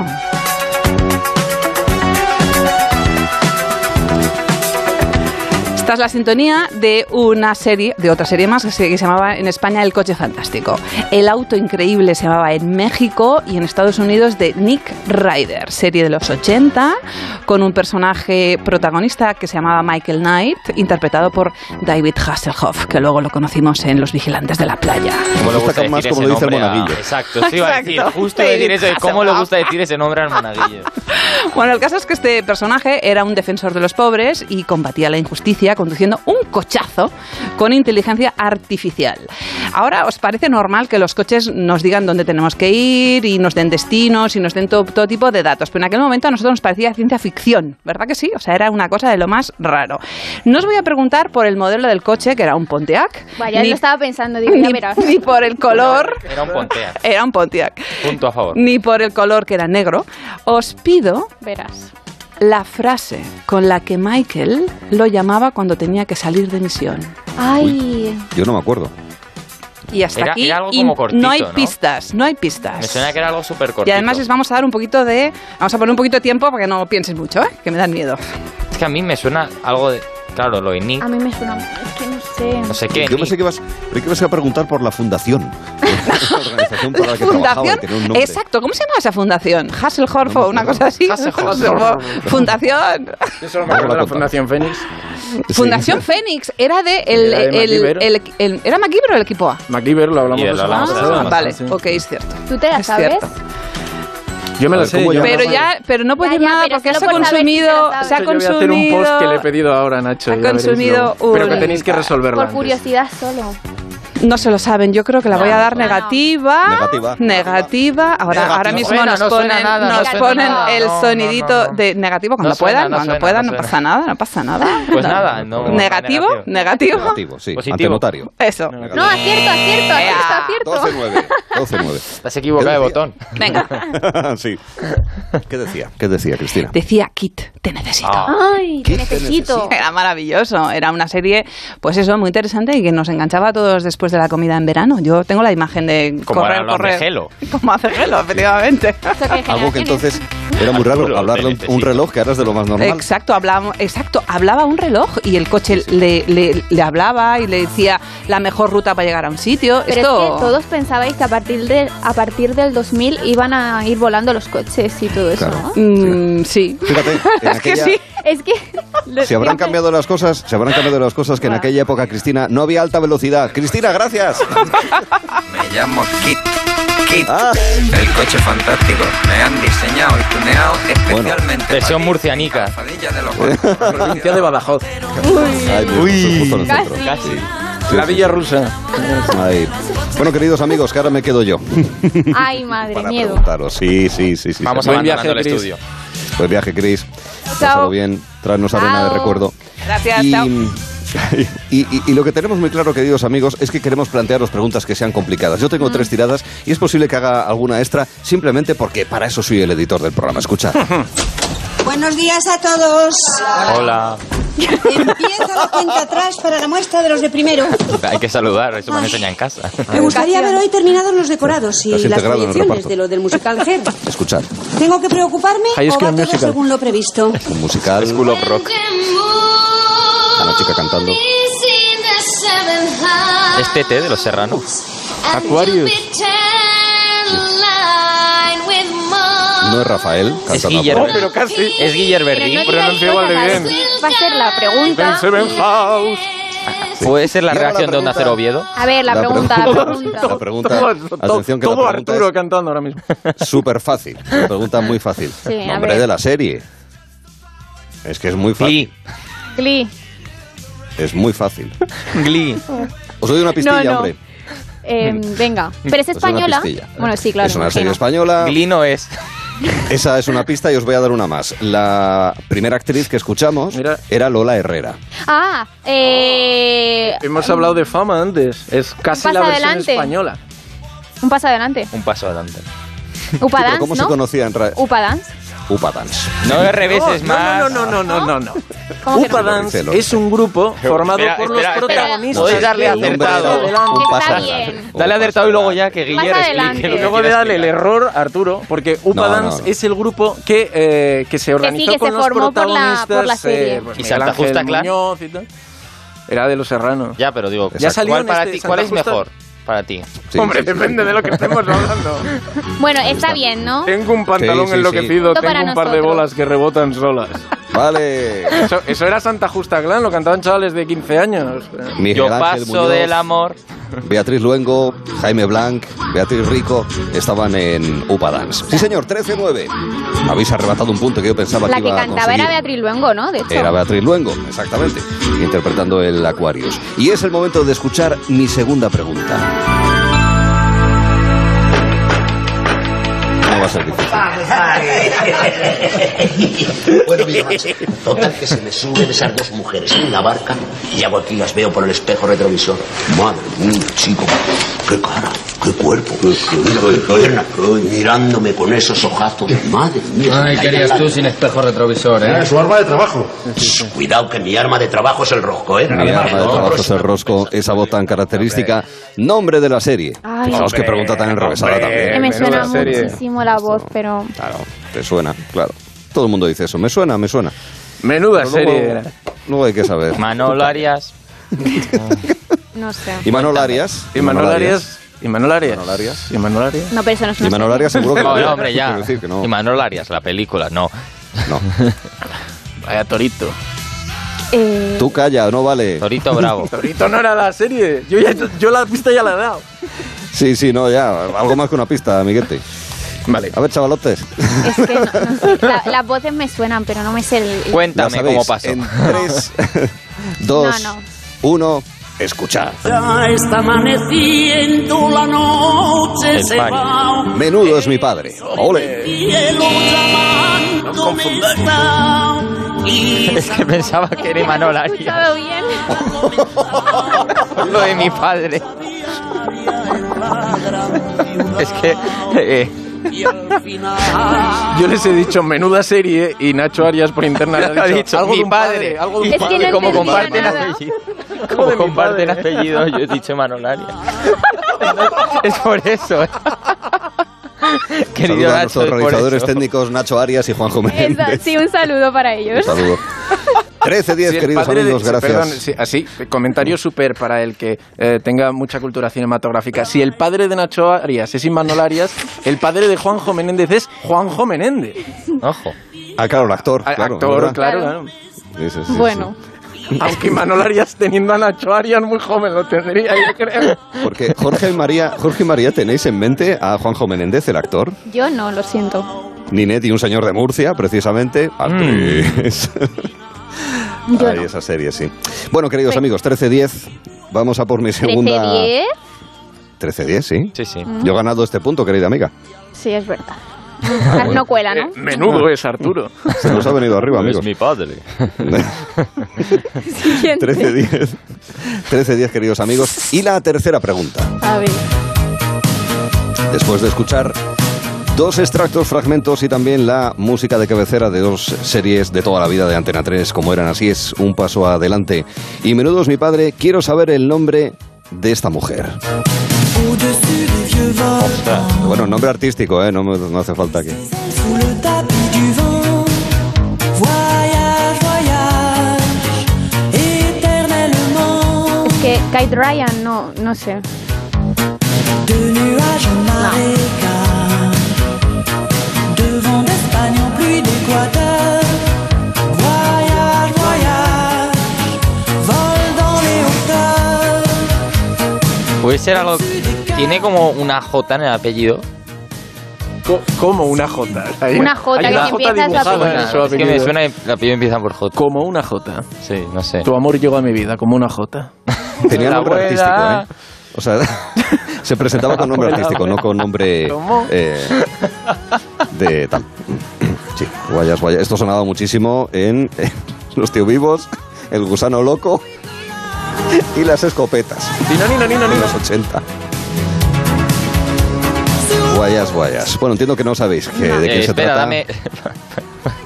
E: Esta es la sintonía de una serie, de otra serie más que se, que se llamaba en España El Coche Fantástico. El Auto Increíble se llamaba en México y en Estados Unidos de Nick Ryder, serie de los 80, con un personaje protagonista que se llamaba Michael Knight, interpretado por David Hasselhoff, que luego lo conocimos en Los Vigilantes de la Playa.
H: ¿Cómo le
B: Gusta
H: gusta
B: más
H: decir
B: como
H: ese
B: lo dice el
H: nombre a-
B: monaguillo.
H: Exacto, sí iba a decir,
E: Exacto.
H: justo iba a decir eso, de
E: Sí,
H: cómo le
E: Hasselhoff.
H: gusta decir ese nombre al monaguillo.
E: Bueno, el caso es que este personaje era un defensor de los pobres y combatía la injusticia conduciendo un cochazo con inteligencia artificial. Ahora, ¿os parece normal que los coches nos digan dónde tenemos que ir y nos den destinos y nos den todo, todo tipo de datos? Pero en aquel momento a nosotros nos parecía ciencia ficción, ¿verdad que sí? O sea, era una cosa de lo más raro. No os voy a preguntar por el modelo del coche, que era un Pontiac.
G: Vaya,
E: ni-
G: lo estaba pensando, digo, ya
E: ni-
G: verás.
E: ni por el color.
H: Era un Pontiac.
E: Era un Pontiac.
H: Punto a favor.
E: Ni por el color que era negro. Os pido
G: Verás.
E: la frase con la que Michael lo llamaba cuando tenía que salir de misión.
G: Ay.
B: Yo no me acuerdo.
E: Y hasta
H: Era-
E: aquí
H: era algo
E: y
H: como cortito,
E: no hay
H: ¿no?
E: pistas, no hay pistas.
H: Me suena que era algo súper cortito.
E: y además les vamos a dar un poquito de... Vamos a poner un poquito de tiempo para que no pienses mucho, ¿eh? que me dan miedo.
H: Es que a mí me suena algo de... Claro, lo Nick,
G: A mí me suena. Es que no sé.
H: no sé qué.
B: Yo pensé que ibas, creí que ibas a preguntar por la fundación. la organización para la que trabajaba y
E: Fundación...
B: tenía un nombre.
E: Exacto, ¿cómo se llama esa fundación? Hasselhoff o una cosa así.
F: Hasselhoff.
E: fundación...
F: Yo solo me acuerdo de la Fundación Fénix.
E: Fundación Fénix era de el,
F: Era de
E: el-
F: MacGyver.
E: el- el- ¿era MacGyver o el equipo A. Ah,
F: MacGyver, lo hablamos.
H: Y lo
F: la
H: hablamos
F: semana
H: la
F: pasada.
H: semana
E: vale,
F: Sí.
E: ok, es cierto.
G: ¿Tú te la
E: Es
G: sabes?
E: cierto.
F: Yo me
B: A
F: la
B: ver,
F: sé.
B: ¿cómo
F: yo me la
E: Pero
F: sé.
E: ya, pero no puedes
G: Ya, ya,
E: nada
G: pero
E: porque
G: solo
E: se ha
G: por saber si te
E: consumido,
G: la
E: se ha
F: Pues Yo voy a hacer un
E: consumido.
F: post que le he pedido ahora a Nacho.
E: Ha
F: ya veréis
E: consumido
F: luego. Pero que
E: un-
F: tenéis que resolverlo.
G: Por
F: antes.
G: curiosidad solo.
E: No se lo saben, yo creo que la voy a dar
G: no, no.
E: negativa.
B: Negativa.
E: Negativa. Ahora,
B: Negativa.
E: ahora mismo
H: Suena,
E: nos
H: no suena
E: ponen,
H: nada, no
E: nos
H: suena
E: ponen
H: nada.
E: el
H: No, no,
E: sonidito
H: no, no.
E: de negativo cuando
H: No suena,
E: puedan.
H: no
E: cuando
H: suena,
E: puedan,
H: no
E: no,
H: suena.
E: pasa nada, no pasa nada.
H: Pues nada, no.
E: Negativo, negativo.
B: Negativo, sí.
H: Positivo.
B: Ante notario.
E: Eso.
G: No, acierto, acierto, acierto, acierto.
B: 12-9. 12-9.
H: Te has equivocado de botón.
E: Venga.
B: sí. ¿Qué decía? ¿Qué decía, Cristina?
E: Decía Kit, te necesito.
H: Ah.
G: Ay, te
B: ¿Qué te
G: necesito.
E: Era maravilloso, era una serie, pues eso, muy interesante y que nos enganchaba a todos después de la comida en verano. Yo tengo la imagen de
H: Como
E: correr,
H: ahora lo hace
E: correr.
H: Gelo.
E: Como hace gelo, efectivamente.
G: Esto que
B: Algo que
G: generaciones.
B: entonces era muy raro
H: Arturo,
B: hablar de un-
H: necesito.
B: un reloj que ahora es de lo más normal.
E: Exacto, hablaba, exacto, hablaba un reloj y el coche le, le- le hablaba y le decía la mejor ruta para llegar a un sitio.
G: Pero
E: Esto
G: es que todos pensabais que a partir, de, a partir del 2000 iban a ir volando los coches y todo eso,
B: Claro.
G: ¿no?
E: Mm, sí.
B: Fíjate, en
E: Es que
B: aquella-
E: sí.
G: Es que... lo-
B: Se habrán
G: siempre-
B: cambiado las cosas, se habrán cambiado las cosas que en aquella época, Cristina, no había alta velocidad. Cristina, gracias.
A: Me llamo Kit. Kit.
B: Ah.
A: El coche fantástico. Me han diseñado y tuneado este- especialmente.
H: Versión murcianica.
A: Padilla de los Juegos.
F: Provincia de Badajoz.
B: Ay, mira, eso es justo en el
G: Casi.
B: centro.
H: Casi.
B: Sí,
F: La
B: sí,
F: Villa
B: sí.
F: Rusa.
B: Ay. Bueno, queridos amigos, que ahora me quedo yo
G: Ay, madre,
B: para
G: miedo.
B: preguntaros. Sí, sí, sí, sí.
H: Vamos
B: sí.
F: Buen
H: abandonando
F: viaje,
H: el
F: Chris.
H: estudio.
B: Buen viaje, Chris. Pásalo bien, tráenos arena de
G: Chao.
B: recuerdo.
E: Gracias,
B: Y,
E: chao.
B: y- y- y lo que tenemos muy claro, queridos amigos, es que queremos plantearos preguntas que sean complicadas. Yo tengo tres tiradas y es posible que haga alguna extra simplemente porque para eso soy el editor del programa. Escuchad.
V: Buenos días a todos.
H: Hola.
V: Empieza la cuenta atrás para la muestra de los de primero.
H: Hay que saludar, eso me lo enseña en casa.
V: Me gustaría ver hoy terminados los decorados y
B: Estás
V: las
B: integrado en el
V: proyecciones
B: reparto.
V: de lo del musical Her.
B: Escuchad.
V: ¿Tengo que preocuparme
F: High
V: o
F: School
V: va todo
F: Musical.
V: según lo previsto?
B: Un musical.
H: School of Rock.
B: A la chica cantando. Este
H: Es Tete de los Serranos.
F: Aquarius.
B: No es Rafael
H: Es
B: cantando.
H: Guillermo.
B: por-
F: pero casi.
H: Es Guillermo Verdín.
G: digas
F: pronuncio igual de
G: cosas
F: bien.
G: así, Va a ser la pregunta.
H: ¿Puede ser la
B: Y ahora la
H: reacción de Onda
B: pregunta-
H: Cero Oviedo?
G: A ver, la, pregunta, la
B: La
G: pregunta.
B: pregunta.
F: Todo-
B: Atención que la
F: todo
B: pregunta
F: Arturo
B: es
F: cantando ahora mismo.
B: súper fácil. Una pregunta muy fácil.
G: Sí, a
B: Nombre
G: ver.
B: de la serie. Es que es muy fácil.
H: Glee.
G: Glee.
B: Es muy fácil.
H: Glee.
B: Os doy una pistilla,
G: no.
B: hombre.
G: Eh, venga. Pero es
B: Os doy Mm. una
G: española.
B: pistilla.
G: Bueno, sí, claro.
B: Es una
G: imagino.
B: serie española.
H: Glee no es.
B: Esa es una pista y os voy a dar una más. La primera actriz que escuchamos
F: Mira.
B: era Lola Herrera.
G: Ah, eh,
F: Hemos hablado de fama antes. Es casi
G: Pasa
F: la versión
G: adelante.
F: española.
G: un paso adelante.
H: Un paso adelante.
G: Upa
B: Sí, Oh. pero
G: Dance,
B: ¿Cómo
G: ¿no?
B: se conocía en ra-
G: Upa Dance.
B: Upa Dance.
H: No es revés,
F: No,
H: es más.
F: No, no, no, no, no, no. no.
G: ¿Cómo que no?
F: Upa Dance es un grupo formado
H: Espera,
F: por los
H: espera, espera.
F: protagonistas.
H: Podéis darle
F: de
H: acertado.
F: Upa Dance.
B: Un paso
G: Está
B: adelante.
G: bien.
H: Dale acertado y luego ya que Guillermo
G: adelante.
H: explique lo
F: Y
H: que
F: luego
H: quiere
F: de darle el
H: explicar.
F: error a Arturo, porque Upa
B: No, no,
F: Dance
B: no.
F: es el grupo que, eh, que se organizó
G: que
F: con
G: se
F: los
G: formó por la-
F: protagonistas.
G: por la serie.
F: pues,
H: Y
F: Miguel
H: Santa
F: Ángel
H: Justa Clan.
F: Muñoz y tal. Era de los Serranos.
H: Ya, pero digo,
B: Ya
F: salió
H: ¿cuál,
F: en
H: para
F: este
H: ti, ¿cuál
F: Santa
H: es
F: Justa?
H: mejor para ti?
B: Sí,
F: Hombre,
B: sí, sí.
F: depende de lo que estemos hablando.
G: Bueno, está bien, ¿no?
F: Tengo un pantalón
B: Sí, sí, sí.
F: enloquecido,
G: Punto
F: tengo
G: para
F: un par de
G: nosotros.
F: bolas que rebotan solas.
B: Vale.
F: Eso, eso era Santa Justa Clan, lo cantaban chavales de 15 años.
B: Miguel
H: Yo
B: Ángel
H: paso
B: Muñoz.
H: del amor.
B: Beatriz Luengo, Jaime Blanc, Beatriz Rico estaban en Upa Dance. Sí, señor, 13-9. Habéis arrebatado un punto que yo pensaba
G: La
B: que
G: que
B: iba a
G: cantaba
B: conseguir.
G: era Beatriz Luengo, ¿no? De hecho.
B: Era Beatriz Luengo, exactamente, interpretando el Aquarius. Y es el momento de escuchar mi segunda pregunta. No va a ser difícil.
L: Bueno, mira, macho, total que se me suben esas dos mujeres en la barca y hago aquí las veo por el espejo retrovisor. Madre mía, chico, qué cara, qué cuerpo, qué, qué pierna, qué- mirándome con esos ojazos. Madre mía.
M: Ay, ¿qué harías tú sin espejo retrovisor, eh?
L: Era su arma de trabajo. Cuidado que mi arma de trabajo es el rosco, ¿eh?
B: Mi
L: Además,
B: arma de
L: ¿no?
B: trabajo es el rosco, esa voz tan característica. Nombre de la serie.
G: Ay.
B: Fijaos qué pregunta tan enrevesada
G: Es que
B: también.
G: me suena muchísimo la voz, pero.
B: Te suena, claro. Todo el mundo dice eso. Me suena, me suena.
F: Menuda
B: luego,
F: serie era.
B: Luego hay que saber.
H: Manolo Arias.
G: No sé.
B: Y Manol Arias.
F: Y Manol Arias. Y Manol Arias. Y Manol Arias.
G: No, pero eso no es una
B: Manol Arias seguro que
H: no.
B: no.
H: no, hombre, ya.
B: Quiero decir que no.
H: Y Manolo Arias, la película, no.
B: No.
F: Vaya torito.
G: Eh,
B: Tú calla, no vale.
H: Torito
F: Torito no era la serie. Yo, ya- yo la pista ya la he dado.
B: Sí, sí, no, ya. Algo más que una pista, amiguete.
F: Vale.
B: A ver, chavalotes.
G: Es que no, no sé. La- las voces me suenan, pero no me sé el.
B: Ya sabéis, En 3,
G: No,
B: 2,
G: no.
B: 1, escuchad.
D: Ya está amaneciendo la noche,
B: El
D: se
B: pan.
D: va
B: Menudo es mi padre. Ole.
D: cielo llamándome está. Y
H: Es que pensaba que era Manol Arias.
G: ¿Todo bien?
H: Lo de mi padre.
F: Es que. eh, yo les he dicho menuda serie y Nacho Arias por interna le ha dicho, algo de
H: mi
F: un
H: padre.
F: algo de un
H: Es que
F: padre.
H: no Como entendía comparten nada.
F: apellido.
H: Como comparten apellido, yo he dicho Manol Arias. Es por eso. ¿eh? Querido
B: Saluda a
H: Nacho,
B: nuestros
H: es por
B: realizadores
H: eso.
B: técnicos Nacho Arias y Juanjo
G: Eso,
B: Menéndez.
G: sí, un saludo para
B: Un
G: ellos.
B: saludo. 13, 10,
F: Sí, el
B: queridos
F: padre de-
B: amigos,
F: sí,
B: gracias.
F: perdón, sí, así, comentario súper para el que eh, tenga mucha cultura cinematográfica. Si el padre de Nacho Arias es Imanol Arias, el padre de Juanjo Menéndez es Juanjo Menéndez.
H: Ojo.
B: Ah, claro, el actor. Claro,
F: Actor,
B: ¿verdad?
F: claro. claro.
B: Sí, sí, sí,
G: bueno,
F: Aunque Imanol Arias teniendo a Nacho Arias muy joven lo tendría, yo creo.
B: sí. Porque Jorge y María, Jorge y María, ¿tenéis en mente a Juanjo Menéndez, el actor?
G: yo no, lo siento.
B: Ninet y un señor de Murcia, precisamente. Actriz.
G: Yo
B: Ay,
G: no.
B: esa serie, sí. Bueno, queridos amigos, 13-10. Vamos a por mi segunda.
G: 13-10.
B: 13-10, sí.
H: Sí, sí.
B: Yo he ganado este punto, querida amiga.
G: Sí, es verdad. Ah, No cuela, ¿no?
F: Menudo es Arturo.
B: Se nos ha venido arriba, amigos.
H: Es Pues mi padre.
B: 13-10. 13-10, queridos amigos. Y la tercera pregunta.
G: A ver.
B: después de escuchar dos extractos, fragmentos y también la música de cabecera de dos series de toda la vida de Antena 3, como eran así, es un paso adelante. Y menudo es mi padre, quiero saber el nombre de esta mujer.
D: Au-dessus des vieux volcans,
B: Bueno, nombre artístico, ¿eh? no, me- no hace falta que...
D: sous le tapis du vent, voyage, voyage, éternellement,
G: Es que Kate Ryan, no, no sé.
D: de nuages en marécage, de vent d'Espagne en pluie d'Équateur, voyage, voyage, vol dans les hauteurs.
H: Puede ser algo. Tiene como una J en el apellido.
F: Como una J.
G: Una J que empieza su apellido.
H: Claro, es que me suena que el apellido empieza por J.
F: Como una J.
H: Sí, no sé.
F: Tu amor llegó a mi vida como una J.
B: Tenía
F: La
B: nombre
F: abuela.
B: artístico, ¿eh? O sea, se presentaba con nombre artístico, no con nombre
F: ¿Cómo?
B: eh, de tal. Sí, guayas, guayas. Esto sonaba muchísimo en eh, Los Tío Vivos, El Gusano Loco y Las Escopetas. En los 80. Guayas, guayas. Bueno, entiendo que no sabéis que- de
H: Eh,
B: quién se
H: espera,
B: trata.
H: dame.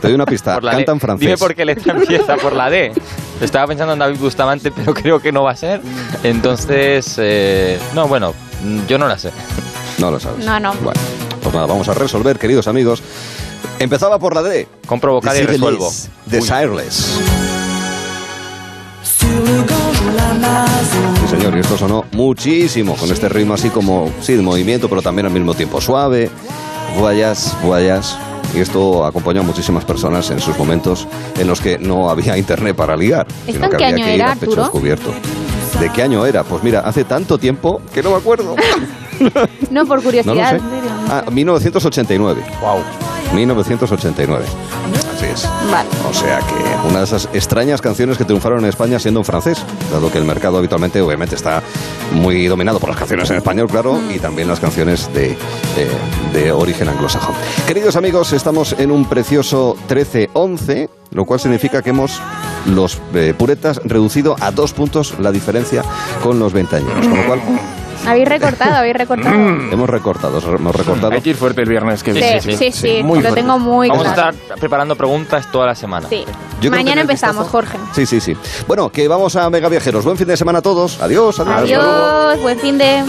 B: Te doy una pista.
H: por la
B: Canta
H: D.
B: en francés.
H: Dime por qué letra empieza por la D. Estaba pensando en David Bustamante, pero creo que no va a ser.
B: Mm.
H: Entonces. eh, no, bueno, yo no la sé.
B: No lo sabes.
G: No, no.
B: Bueno, pues nada, vamos a resolver, queridos amigos. Empezaba por la D.
H: Con provocar y resuelvo.
B: Desireless.
D: Sur le Gange ou l'Amazon,
B: Sí, señor, y esto sonó muchísimo con este ritmo así como, sí, de movimiento, pero también al mismo tiempo suave. Guayas, guayas. Y esto acompañó a muchísimas personas en sus momentos en los que no había internet para ligar,
G: ¿Esto
B: sino
G: en
B: que
G: qué
B: había
G: año
B: que ir
G: era,
B: a pecho
G: Arturo?
B: descubierto. ¿De qué año era? Pues mira, hace tanto tiempo que no me acuerdo.
G: No, por
B: No lo
G: curiosidad.
B: sé.
G: en serio.
B: Ah, 1989. Wow. 1989. Así es.
G: Vale.
B: O sea que una de esas extrañas canciones que triunfaron en España siendo en francés, dado que el mercado habitualmente obviamente está muy dominado por las canciones en español, claro, y también las canciones de, eh, de origen anglosajón. Queridos amigos, estamos en un precioso 13-11, lo cual significa que hemos los eh, puretas reducido a dos puntos la diferencia con los 20 años, con lo cual
G: Habéis recortado, habéis recortado.
H: Mm.
B: hemos recortado, hemos recortado.
F: Hay que ir fuerte el viernes que
G: Sí,
F: viene.
G: sí, sí, sí, lo tengo muy
H: Vamos a
G: claro.
H: estar preparando preguntas toda la semana.
G: Sí.
B: Yo creo que
G: Mañana
B: en el
G: empezamos, Jorge.
B: Sí, sí, sí. Bueno, que vamos a Mega Viajeros. Buen fin de semana a todos. Adiós, adiós.
G: Adiós, buen fin de...